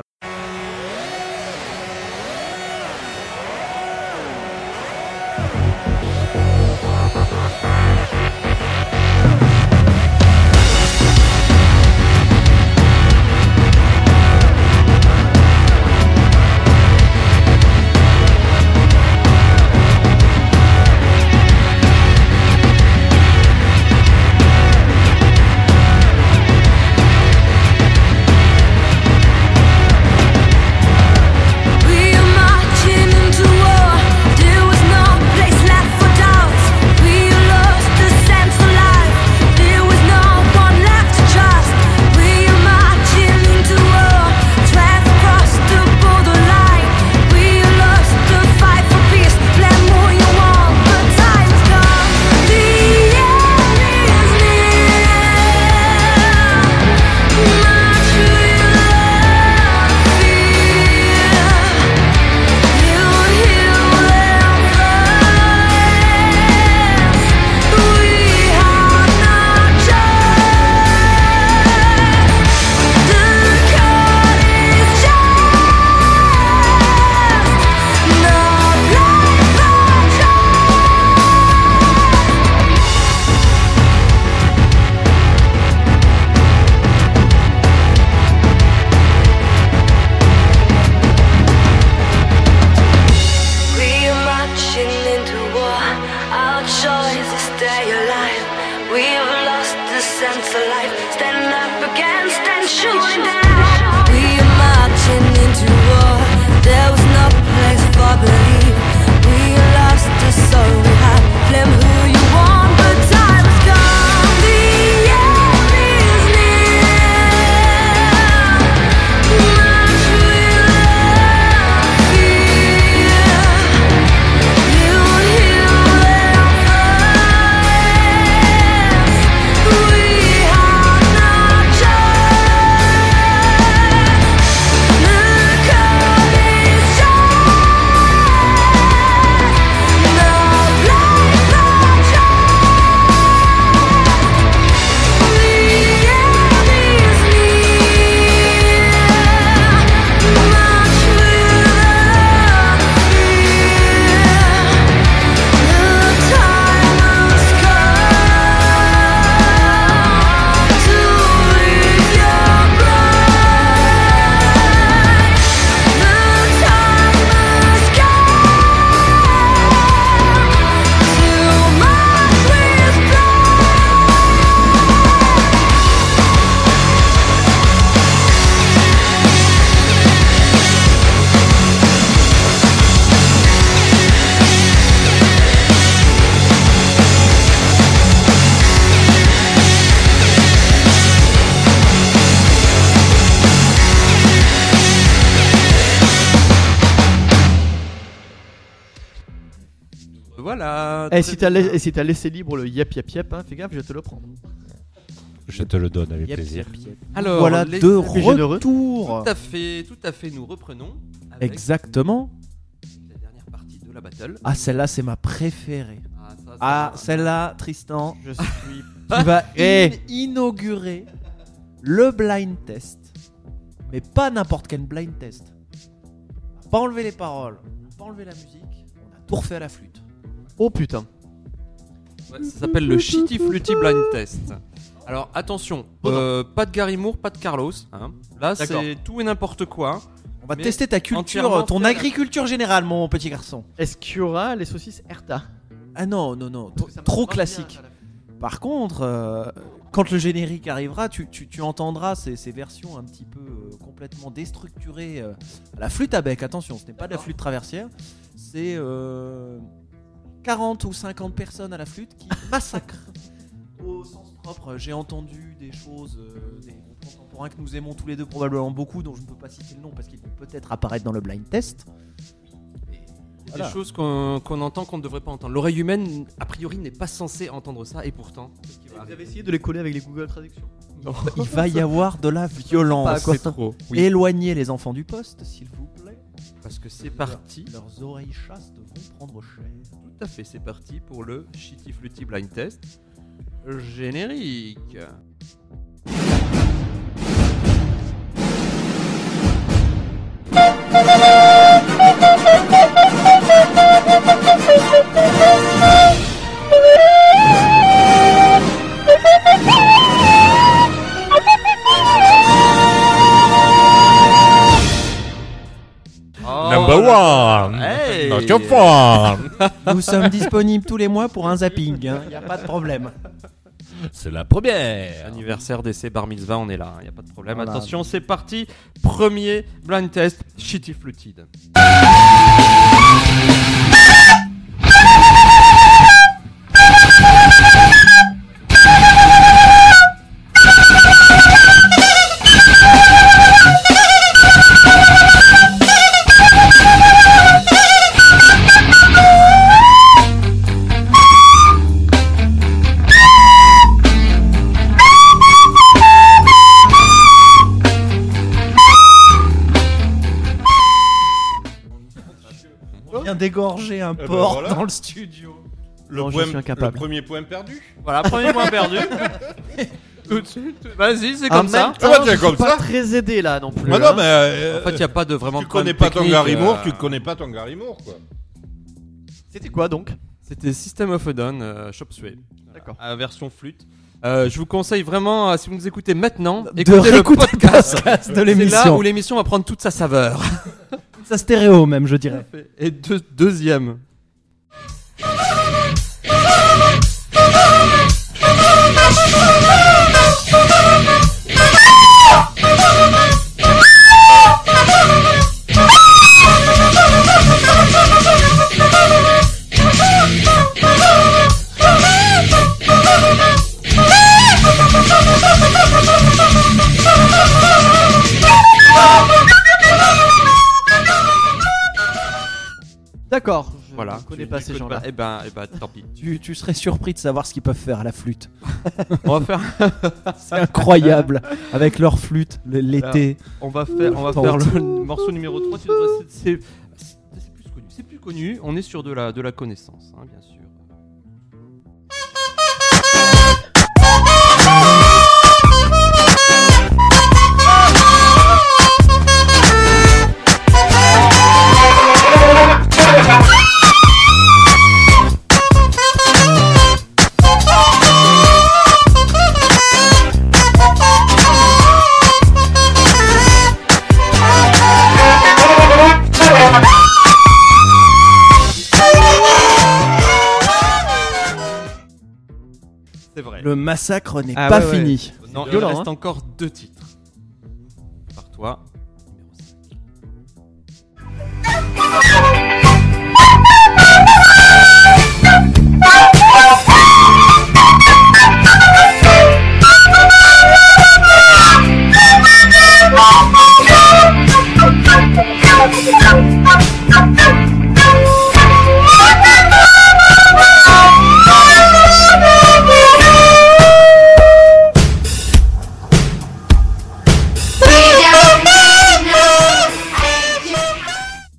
S7: We are marching into war. There was no place left for doubt. We lost the sense of life. There was no one left to trust. We are marching into war. Drive across the borderline. We lost the fight for peace. Let more you want, but time is gone. The end is near. March for your love, fear. We are marching into war. Our choice is stay alive. We have lost the sense of life. Stand up against and shooting down. We are marching into war. There was no place for belief. We lost the soul we had. Blame who you want, but time is gone. The end is near. March with love, fear.
S1: Voilà.
S4: Et Eh, si t'as la- et si t'as laissé libre le yep yep yep, hein, fais gaffe, je vais te le prendre.
S3: Je te le donne avec plaisir.
S1: Alors
S2: voilà
S1: les-
S2: deux
S4: plus généreux.
S2: retours.
S1: Tout à fait, tout à fait. Nous reprenons. Avec
S2: Exactement.
S1: La dernière partie de la battle.
S2: Ah, celle-là, c'est ma préférée.
S1: Ah, ça, ça-
S2: Ah, celle-là, Tristan,
S4: Je suis.
S2: tu vas
S4: Eh.
S2: in- Hein inaugurer le blind test. Mais pas n'importe quel blind test. On a Pas enlever les paroles, on a pas enlever la musique, on a tout refait à la flûte.
S4: Oh putain.
S1: Ouais, ça s'appelle le Shitty Flutty Blind Test. Alors attention, euh, pas de Gary Moore, pas de Carlos. hein. Là,
S4: D'accord.
S1: c'est tout et n'importe quoi.
S2: On va
S1: Mais
S2: tester ta
S1: entièrement
S2: culture, ton
S1: fait à la-
S2: agriculture générale, mon petit garçon.
S4: Est-ce qu'il y aura les saucisses Erta
S2: Ah non, non, non, trop- trop classique. Par contre, euh, quand le générique arrivera, tu, tu- tu entendras ces, ces versions un petit peu euh, complètement déstructurées euh, à la flûte à bec. Attention, ce n'est pas de la flûte traversière, c'est euh, 40 ou 50 personnes à la flûte qui massacrent au sens propre. J'ai entendu des choses, euh, des groupes contemporains que nous aimons tous les deux probablement beaucoup, dont je ne peux pas citer le nom parce qu'ils vont peut-être apparaître dans le blind test.
S1: Il y a
S2: Voilà.
S1: Des choses qu'on qu'on entend qu'on ne devrait pas entendre. L'oreille humaine, a priori, n'est pas censée entendre ça, et pourtant. c'est ce qui va
S4: Vous
S1: arriver.
S4: avez essayé de les coller avec les Google Traductions
S2: Il va y avoir de la violence.
S1: C'est trop. Oui.
S2: Éloignez les enfants du poste, s'il vous plaît.
S1: Parce que c'est parti.
S2: Leurs oreilles chastes vont prendre cher.
S1: Tout à fait, c'est parti pour le Shitty Flutty Blind Test générique.
S3: Number one
S1: Oh, Hey.
S3: Number one
S2: Nous sommes disponibles tous les mois pour un zapping. hein. Il n'y a pas de problème.
S3: C'est la première
S1: Anniversaire d'essai Bar Mitzvah, on est là, il n'y a pas de problème.
S2: Voilà.
S1: Attention, c'est parti. Premier blind test, Shitty Flutted.
S2: On vient d'égorger un
S11: ben
S2: porc
S11: voilà.
S2: dans le studio.
S11: Le,
S4: Non, je
S11: point-
S4: suis incapable.
S11: le premier point perdu
S1: Voilà, premier point perdu. Tout de suite, vas-y, c'est
S4: En
S1: comme
S4: même
S1: ça.
S4: temps,
S11: Ah bah, tiens,
S4: je suis
S11: comme
S4: pas
S11: ça.
S4: très aidé là non plus.
S11: Ah
S4: hein.
S11: non, mais. euh,
S1: En fait, il n'y a pas de vraiment
S11: tu
S1: de problème
S11: connais pas ton
S1: technique,
S11: Garimour,
S1: euh,
S11: tu connais pas ton Garimour, quoi.
S4: C'était quoi donc
S1: C'était System of a Down, euh, Chop Suey.
S4: D'accord.
S1: à version flûte. Euh, je vous conseille vraiment, euh, si vous nous écoutez maintenant,
S2: De
S1: écoutez le
S2: réécouter le
S1: podcast.
S2: podcast de
S1: C'est là
S2: l'émission.
S1: où l'émission va prendre toute sa saveur.
S2: Ça stéréo même, je dirais.
S1: Et deux- deuxième.
S4: D'accord. Je
S1: Voilà.
S4: ne connais
S1: Tu-
S4: pas
S1: tu
S4: ces
S1: écoutes
S4: gens-là.
S1: Eh ben, eh ben, tant pis.
S2: Tu, tu serais surpris de savoir ce qu'ils peuvent faire à la flûte.
S1: On va faire,
S2: C'est incroyable. Avec leur flûte, le- l'été.
S1: on va faire, on va
S2: Tant
S1: faire
S2: pis.
S1: le morceau numéro 3. Tu devrais- c'est, c'est- c'est plus connu. C'est plus connu. On est sur de la, de la connaissance, hein, bien sûr. C'est vrai.
S2: Le massacre n'est
S4: Ah
S2: pas
S4: ouais, ouais.
S2: fini.
S1: non,
S4: violent,
S1: il reste
S4: hein.
S1: encore deux titres. Par toi. numéro cinq.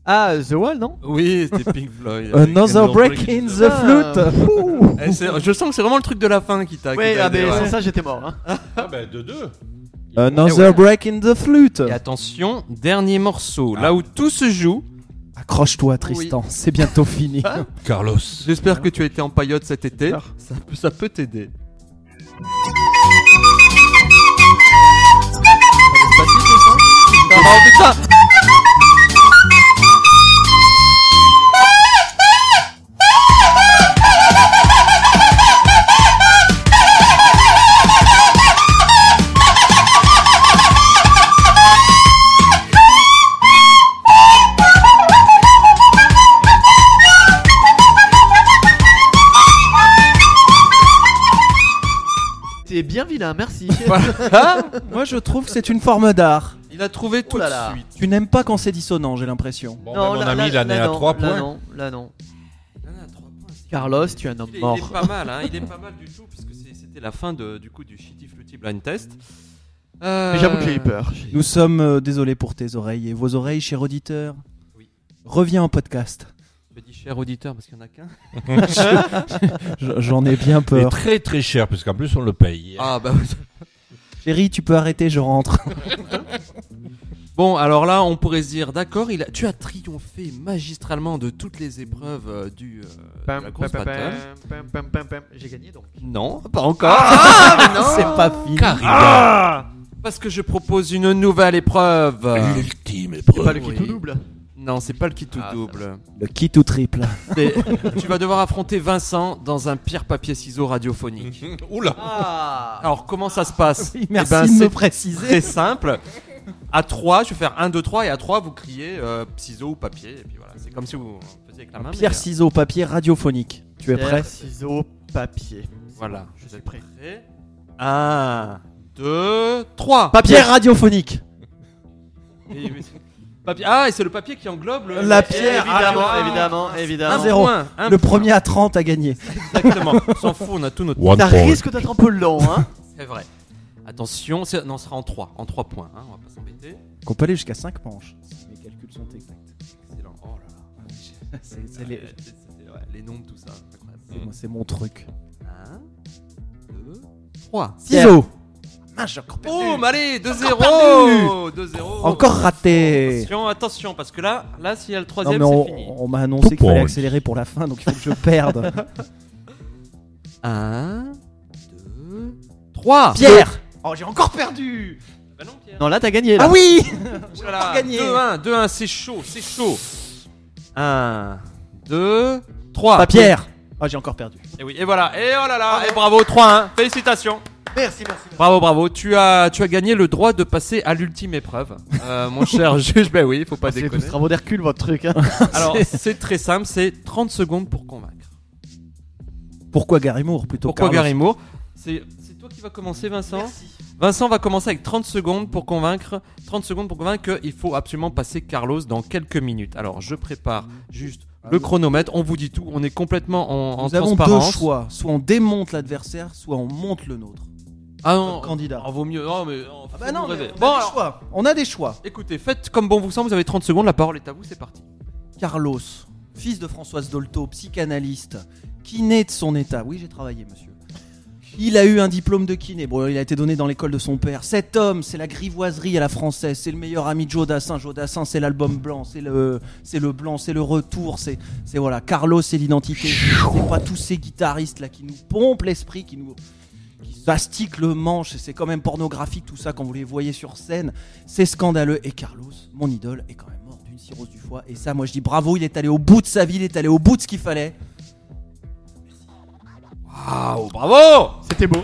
S4: Ah, The Wall, non
S1: Oui, c'était Pink Floyd. avec
S2: Another break in the
S4: Ah.
S2: flute. Ouh.
S1: Eh, c'est- Je sens que c'est vraiment le truc de la fin qui t'a. qui
S4: Ouais,
S1: t'a
S4: ah,
S1: aidé,
S4: mais
S1: ouais.
S4: sans ça j'étais mort. hein.
S11: Ah ben, de deux.
S2: Eh Another break in the flute.
S1: Et attention, dernier morceau, là où tout se joue.
S2: Accroche-toi, Tristan. C'est bientôt fini.
S3: Carlos
S1: J'espère que tu as été en paillote cet été.
S4: J'espère.
S1: Ça peut, ça peut t'aider. Oh putain
S4: C'était bien vilain, merci.
S2: Moi, je trouve que c'est une forme d'art.
S1: Il a trouvé tout
S4: là
S1: de
S4: là.
S1: suite.
S2: Tu n'aimes pas quand c'est dissonant, j'ai l'impression.
S3: Bon, ben, mon ami, il en est à
S4: non,
S3: 3
S4: Là
S3: points.
S4: non, là non.
S1: Nana, trois points, c'est-
S4: Carlos, tu es Ah, un homme
S1: Il est, il est
S4: mort.
S1: pas mal, hein, il est pas mal du tout, puisque c'est- c'était la fin de- du coup du Shitty Flutty Blind Test. Euh,
S4: Mais J'avoue que j'ai eu peur. J'ai-
S2: Nous sommes euh, désolés pour tes oreilles et vos oreilles, chers auditeurs.
S1: Oui.
S2: Reviens en podcast.
S1: Euh, Je dis cher auditeur parce qu'il n'y en a qu'un.
S2: J- J'en ai bien
S3: Il est
S2: peur.
S3: très très cher, parce qu'en plus on le paye.
S1: Ah bah
S2: Chérie, tu peux arrêter, je rentre.
S1: Bon, alors là, on pourrait se dire, d'accord, il a- tu as triomphé magistralement de toutes les épreuves euh, du, euh, de la
S4: Pam,
S1: grosse
S4: pam, pam,
S1: bataille.
S4: pam, pam, pam, pam. J'ai gagné donc.
S1: Non,
S2: Pas encore.
S4: Ah,
S2: c'est pas fini.
S1: Ah parce que je propose une nouvelle épreuve.
S3: L'ultime épreuve.
S4: Pas le qui
S1: Oui.
S4: tout double.
S1: Non, c'est pas le kit tout
S4: Ah, ça
S1: double.
S2: Le kit ou triple.
S1: C'est- tu vas devoir affronter Vincent dans un pire papier ciseau radiophonique.
S3: Oula.
S4: Ah
S1: Alors, comment ça se passe
S2: Oui,
S1: Eh
S2: merci
S1: ben,
S2: de me
S1: c'est
S2: préciser.
S1: très simple. À 3, je vais faire 1, 2, 3, et à 3, vous criez euh, ciseaux ou papier. Et puis voilà, c'est comme si vous faisiez avec la main.
S2: Pierre,
S1: mais, euh,
S2: ciseaux, papier, radiophonique. Tu es prêt
S4: Pierre, ciseaux, papier.
S1: euh, Voilà,
S4: Je
S1: vous
S4: suis
S1: êtes
S4: prêt.
S1: prêts 1, 2, 3.
S2: Papier radiophonique.
S1: Papier. Ah, et c'est le papier qui englobe le-
S2: La
S1: le-
S2: pierre,
S4: ah,
S2: ah,
S1: évidemment, évidemment.
S4: évidemment,
S1: Un
S4: évidemment.
S2: zéro.
S1: point, un
S2: Le
S1: point,
S2: premier à 30 à gagner.
S1: Exactement. On s'en fout, on a tout notre.
S3: One
S4: Ça
S3: point.
S4: risque d'être un peu lent, hein.
S1: C'est vrai. Attention, c'est- non, ce sera en 3, en 3 points. hein, on va pas s'embêter.
S2: Qu'on peut aller jusqu'à 5 manches. Si mes calculs sont exacts.
S1: Excellent. Oh là là.
S2: C'est c'est
S1: les...
S2: les-
S1: ouais, les nombres, tout ça. incroyable.
S2: c'est moi, c'est mon truc.
S1: 1, 2, 3.
S2: Ciseaux.
S1: Boum, allez, 2-0 2-0
S2: Encore raté.
S1: Attention, attention, parce que là, là s'il y a le
S2: Non
S1: troisième,
S2: mais
S1: c'est
S2: on,
S1: fini.
S2: on m'a annoncé qu'il fallait
S3: point.
S2: accélérer pour la fin, donc il faut que je perde.
S1: 1, 2, 3
S2: Pierre.
S4: Oh, j'ai encore perdu.
S1: Bah non, Pierre
S4: Non, là, t'as gagné. Là.
S2: Ah oui.
S1: Voilà,
S2: gagné.
S1: 2-1, 2-1, c'est chaud, c'est chaud 1, 2, 3
S2: Pas Pierre. Ah j'ai encore perdu.
S1: Et oui, et voilà, et oh là là, et bravo, 3-1, félicitations
S4: Merci, merci.
S1: Bravo, bravo, tu as, tu as gagné le droit de passer à l'ultime épreuve, Euh, mon cher juge, ben oui, faut pas
S4: C'est
S1: déconner.
S4: plus travaux d'Hercule, votre truc. Hein.
S1: Alors, c'est très simple, c'est 30 secondes pour convaincre.
S2: Pourquoi Gary Moore plutôt que
S1: Pourquoi
S2: Carlos
S1: Gary Moore C'est c'est toi qui va commencer, Vincent Vincent va commencer avec 30 secondes pour convaincre. 30 secondes pour convaincre qu'il faut absolument passer Carlos dans quelques minutes. Alors, je prépare juste le chronomètre. On vous dit tout. On est complètement en, en
S2: Ah Nous avons deux
S1: transparence.
S2: choix. Soit on démonte l'adversaire, soit on monte le nôtre.
S1: Ah non,
S2: Notre candidat.
S1: ah, vaut mieux. non, mais, oh,
S2: Ah
S1: faut
S2: bah non,
S1: vous
S2: mais
S1: rêver.
S2: on,
S1: bon,
S2: a des
S1: alors,
S2: choix. on a des choix.
S1: écoutez, faites comme bon vous semble. Vous avez 30 secondes. La parole est à vous. C'est parti.
S2: Carlos, fils de Françoise Dolto, psychanalyste, kiné de son état. Oui, j'ai travaillé, monsieur. Il a eu un diplôme de kiné. Bon, il a été donné dans l'école de son père. Cet homme, c'est la grivoiserie à la française. C'est le meilleur ami de Jodassin. Jodassin, c'est l'album blanc. C'est le, c'est le blanc. C'est le retour. C'est, c'est voilà. Carlos, c'est l'identité. C'est pas tous ces guitaristes là qui nous pompent l'esprit, qui nous, qui s'astiquent le manche. C'est quand même pornographique tout ça quand vous les voyez sur scène. C'est scandaleux. Et Carlos, mon idole, est quand même mort d'une cirrhose du foie. Et ça, moi, je dis bravo, il est allé au bout de sa vie, il est allé au bout de ce qu'il fallait.
S1: Waouh, bravo
S4: C'était beau.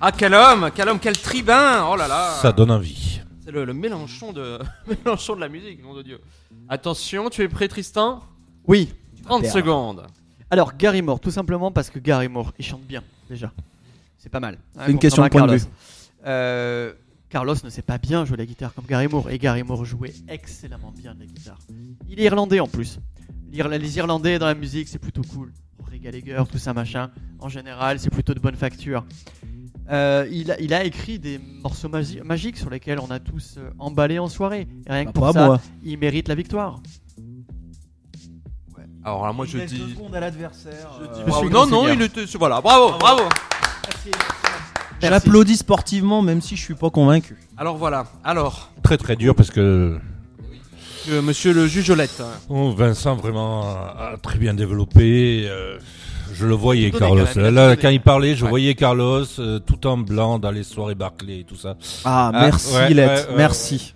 S1: Ah, quel homme, quel homme, quel tribun. Oh là là.
S3: Ça donne envie.
S1: C'est le, le Mélenchon de Mélenchon de la musique, nom de Dieu. Attention, tu es prêt, Tristan
S4: Oui.
S1: 30
S2: perdre.
S1: secondes.
S4: Alors, Gary Moore, tout simplement parce que Gary Moore, il chante bien, déjà. C'est pas mal.
S2: C'est une question de point de
S4: Carlos. Euh, Carlos ne sait pas bien jouer la guitare comme Gary Moore, et Gary Moore jouait excellemment bien de la guitare. Il est irlandais en plus. L'Irla- Les Irlandais dans la musique, c'est plutôt cool. Ray Gallagher, tout ça, machin. En général, c'est plutôt de bonne facture. Euh, il, a, il a écrit des morceaux magi- magiques sur lesquels on a tous euh, emballé en soirée. Et rien que
S2: Bah,
S4: pour
S2: pas
S4: ça,
S2: moi.
S4: il mérite la victoire.
S1: Alors là, moi je dis.
S2: à l'adversaire. Euh,
S1: Bravo. Non, non, il était. Voilà, bravo, bravo.
S4: Merci.
S2: J'applaudis sportivement, même si je suis pas convaincu.
S1: Alors voilà, alors,
S3: Très très dur parce que
S1: euh, monsieur le juge Olette. hein.
S3: oh, Vincent vraiment a, a très bien développé. euh, je le voyais,
S1: Tout donné,
S3: Carlos.
S1: quand même,
S3: Là,
S1: tout donné.
S3: quand il parlait, je
S1: Ouais.
S3: voyais Carlos euh, tout en blanc dans les soirées Barclay et tout ça.
S2: Ah,
S3: Ah,
S2: merci,
S3: ouais,
S2: Lette,
S3: ouais, ouais,
S2: merci.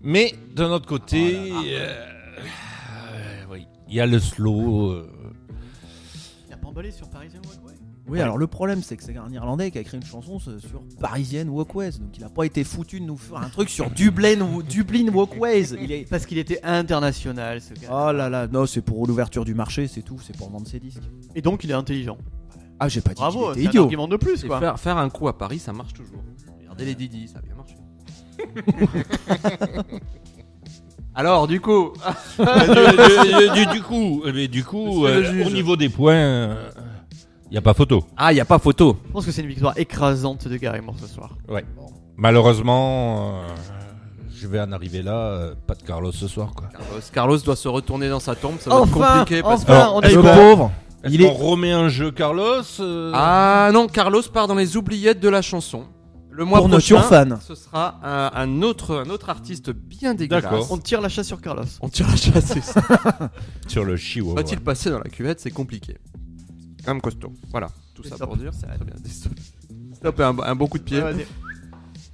S3: Mais d'un autre côté,
S1: Oh
S3: euh, euh, oui, il y a le slow. euh,
S4: Il a pas emballé sur Parisian Walkway.
S2: Oui, alors le problème, c'est que c'est un Irlandais qui a écrit une chanson euh, sur Parisienne Walkways. Donc il a pas été foutu de nous faire un truc sur Dublin ou Dublin Walkways. Il est.
S4: Parce qu'il était
S2: Ah.
S4: international, ce gars.
S2: Oh là là, non, c'est pour l'ouverture du marché, c'est tout, c'est pour vendre ses disques.
S4: Et donc, il est intelligent.
S2: Ah, j'ai pas dit
S4: Bravo,
S2: qu'il
S4: c'est
S2: était
S4: un
S2: idiot.
S4: argument de plus
S1: Et
S4: quoi.
S1: faire, faire un coup à Paris, ça marche toujours. Regardez les Didi, ça a bien marché.
S4: Alors du coup,
S3: Ah. du, du- du coup, euh, mais du coup
S1: Monsieur le
S3: euh,
S1: juge.
S3: au niveau des points, euh, il n'y a pas photo.
S1: Ah, il n'y a pas photo.
S4: je pense que c'est une victoire écrasante de Gary Moore ce soir.
S3: Malheureusement, euh, je vais en arriver là. euh, pas de Carlos ce soir, quoi.
S1: Carlos, Carlos doit se retourner dans sa tombe, ça va être
S2: Enfin,
S1: compliqué. Parce...
S2: enfin,
S3: Alors,
S2: on
S3: est-ce
S2: est Eh, le
S3: qu'on-
S2: pauvre.
S3: Est-ce
S2: Il est-
S3: qu'on remet en jeu Carlos euh,
S1: Ah non, Carlos part dans les oubliettes de la chanson. Le mois
S2: Pour nos
S1: prochain,
S2: surfans.
S1: ce sera un, un autre, un autre artiste bien dégueulasse.
S3: D'accord.
S4: On tire la chasse sur Carlos.
S1: On tire la chasse. c'est ça.
S3: Sur le Chihuahua.
S1: Va-t-il passer dans la cuvette C'est compliqué. C'est Quand même costaud. Voilà, tout ça
S4: Stop.
S1: pour dire. Très bien. Stop et un, un bon coup de pied.
S4: Ouais, vas-y.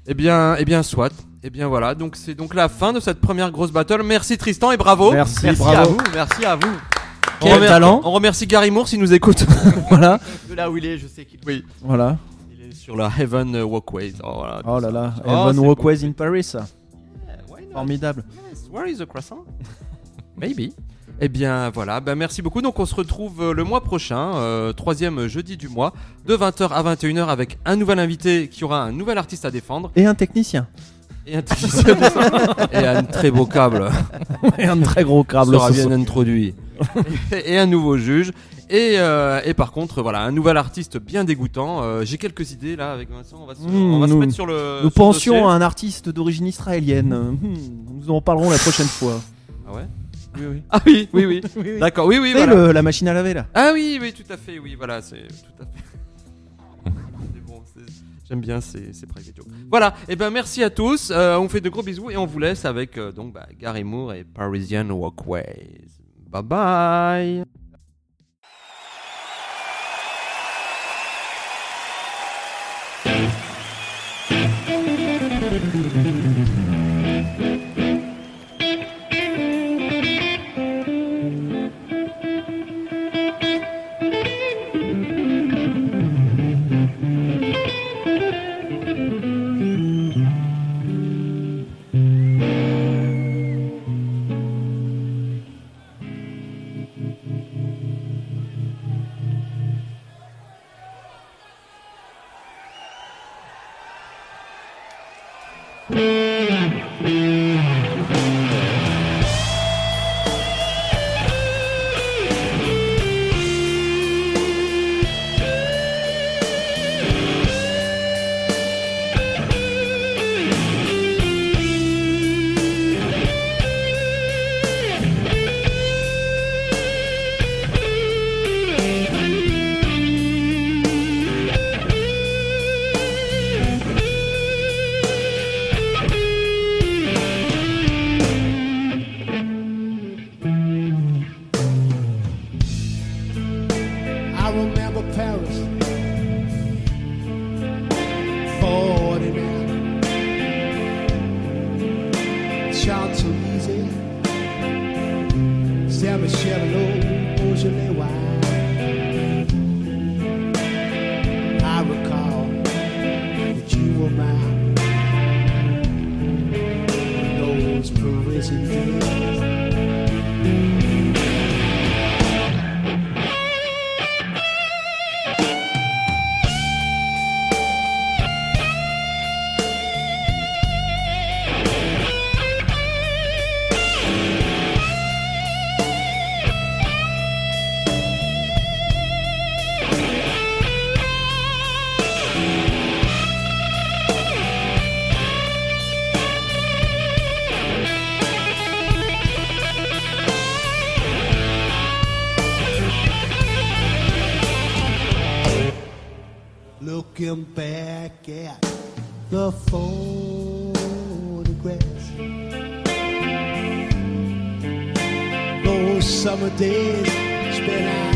S1: Eh bien, eh bien, soit. Eh bien voilà, donc c'est donc la fin de cette première grosse battle. Merci Tristan et bravo.
S4: Merci à vous, merci à vous.
S1: On
S2: Quel
S1: remer-
S2: talent.
S1: On remercie Gary Moore s'il nous écoute.
S2: Voilà,
S4: De là où il est, je sais qu'il
S1: Oui.
S2: voilà.
S1: Il est sur la Heaven Walkways. Oh, voilà.
S2: Oh là là,
S1: Oh,
S2: Evan
S1: c'est
S2: Walkways in Paris, ça.
S1: Why not?
S2: formidable.
S1: Yes, Where is the croissant? Maybe. Eh bien voilà, ben, merci beaucoup. Donc on se retrouve euh, le mois prochain, euh, troisième jeudi du mois, de 20h à 21h avec un nouvel invité qui aura un nouvel artiste à défendre
S2: Et un technicien.
S1: et un, technicien de son. et un très beau câble
S2: Et un très gros crabe.
S1: sera
S2: ce
S1: bien
S2: soir.
S1: introduit. et un nouveau juge. Et, euh, et par contre, voilà, un nouvel artiste bien dégoûtant. Euh, J'ai quelques idées là avec Vincent. On va se,
S2: Mmh,
S1: on va se
S2: nous-
S1: mettre sur le.
S2: Nous
S1: sur le dossier.
S2: pensions à un artiste d'origine israélienne. Hmm, Nous en parlerons la prochaine fois.
S1: Ah ouais Oui, oui. Ah oui, oui, oui. D'accord, oui, oui.
S2: Tu sais,
S1: Voilà.
S2: le- la machine à laver là.
S1: Ah oui, oui, tout à fait, oui, voilà, c'est tout à fait. C'est bon, c'est- J'aime bien ces, ces private jokes. Voilà, et ben merci à tous, euh, on vous fait de gros bisous et on vous laisse avec euh, donc bah, Gary Moore et Parisian Walkways. Bye bye
S5: I remember Paris. 49. Champs-Élysées. Saint-Michel, Beaujolais wine. I recall that you were mine. Those Parisian days. Looking back at the photographs. Those summer days spent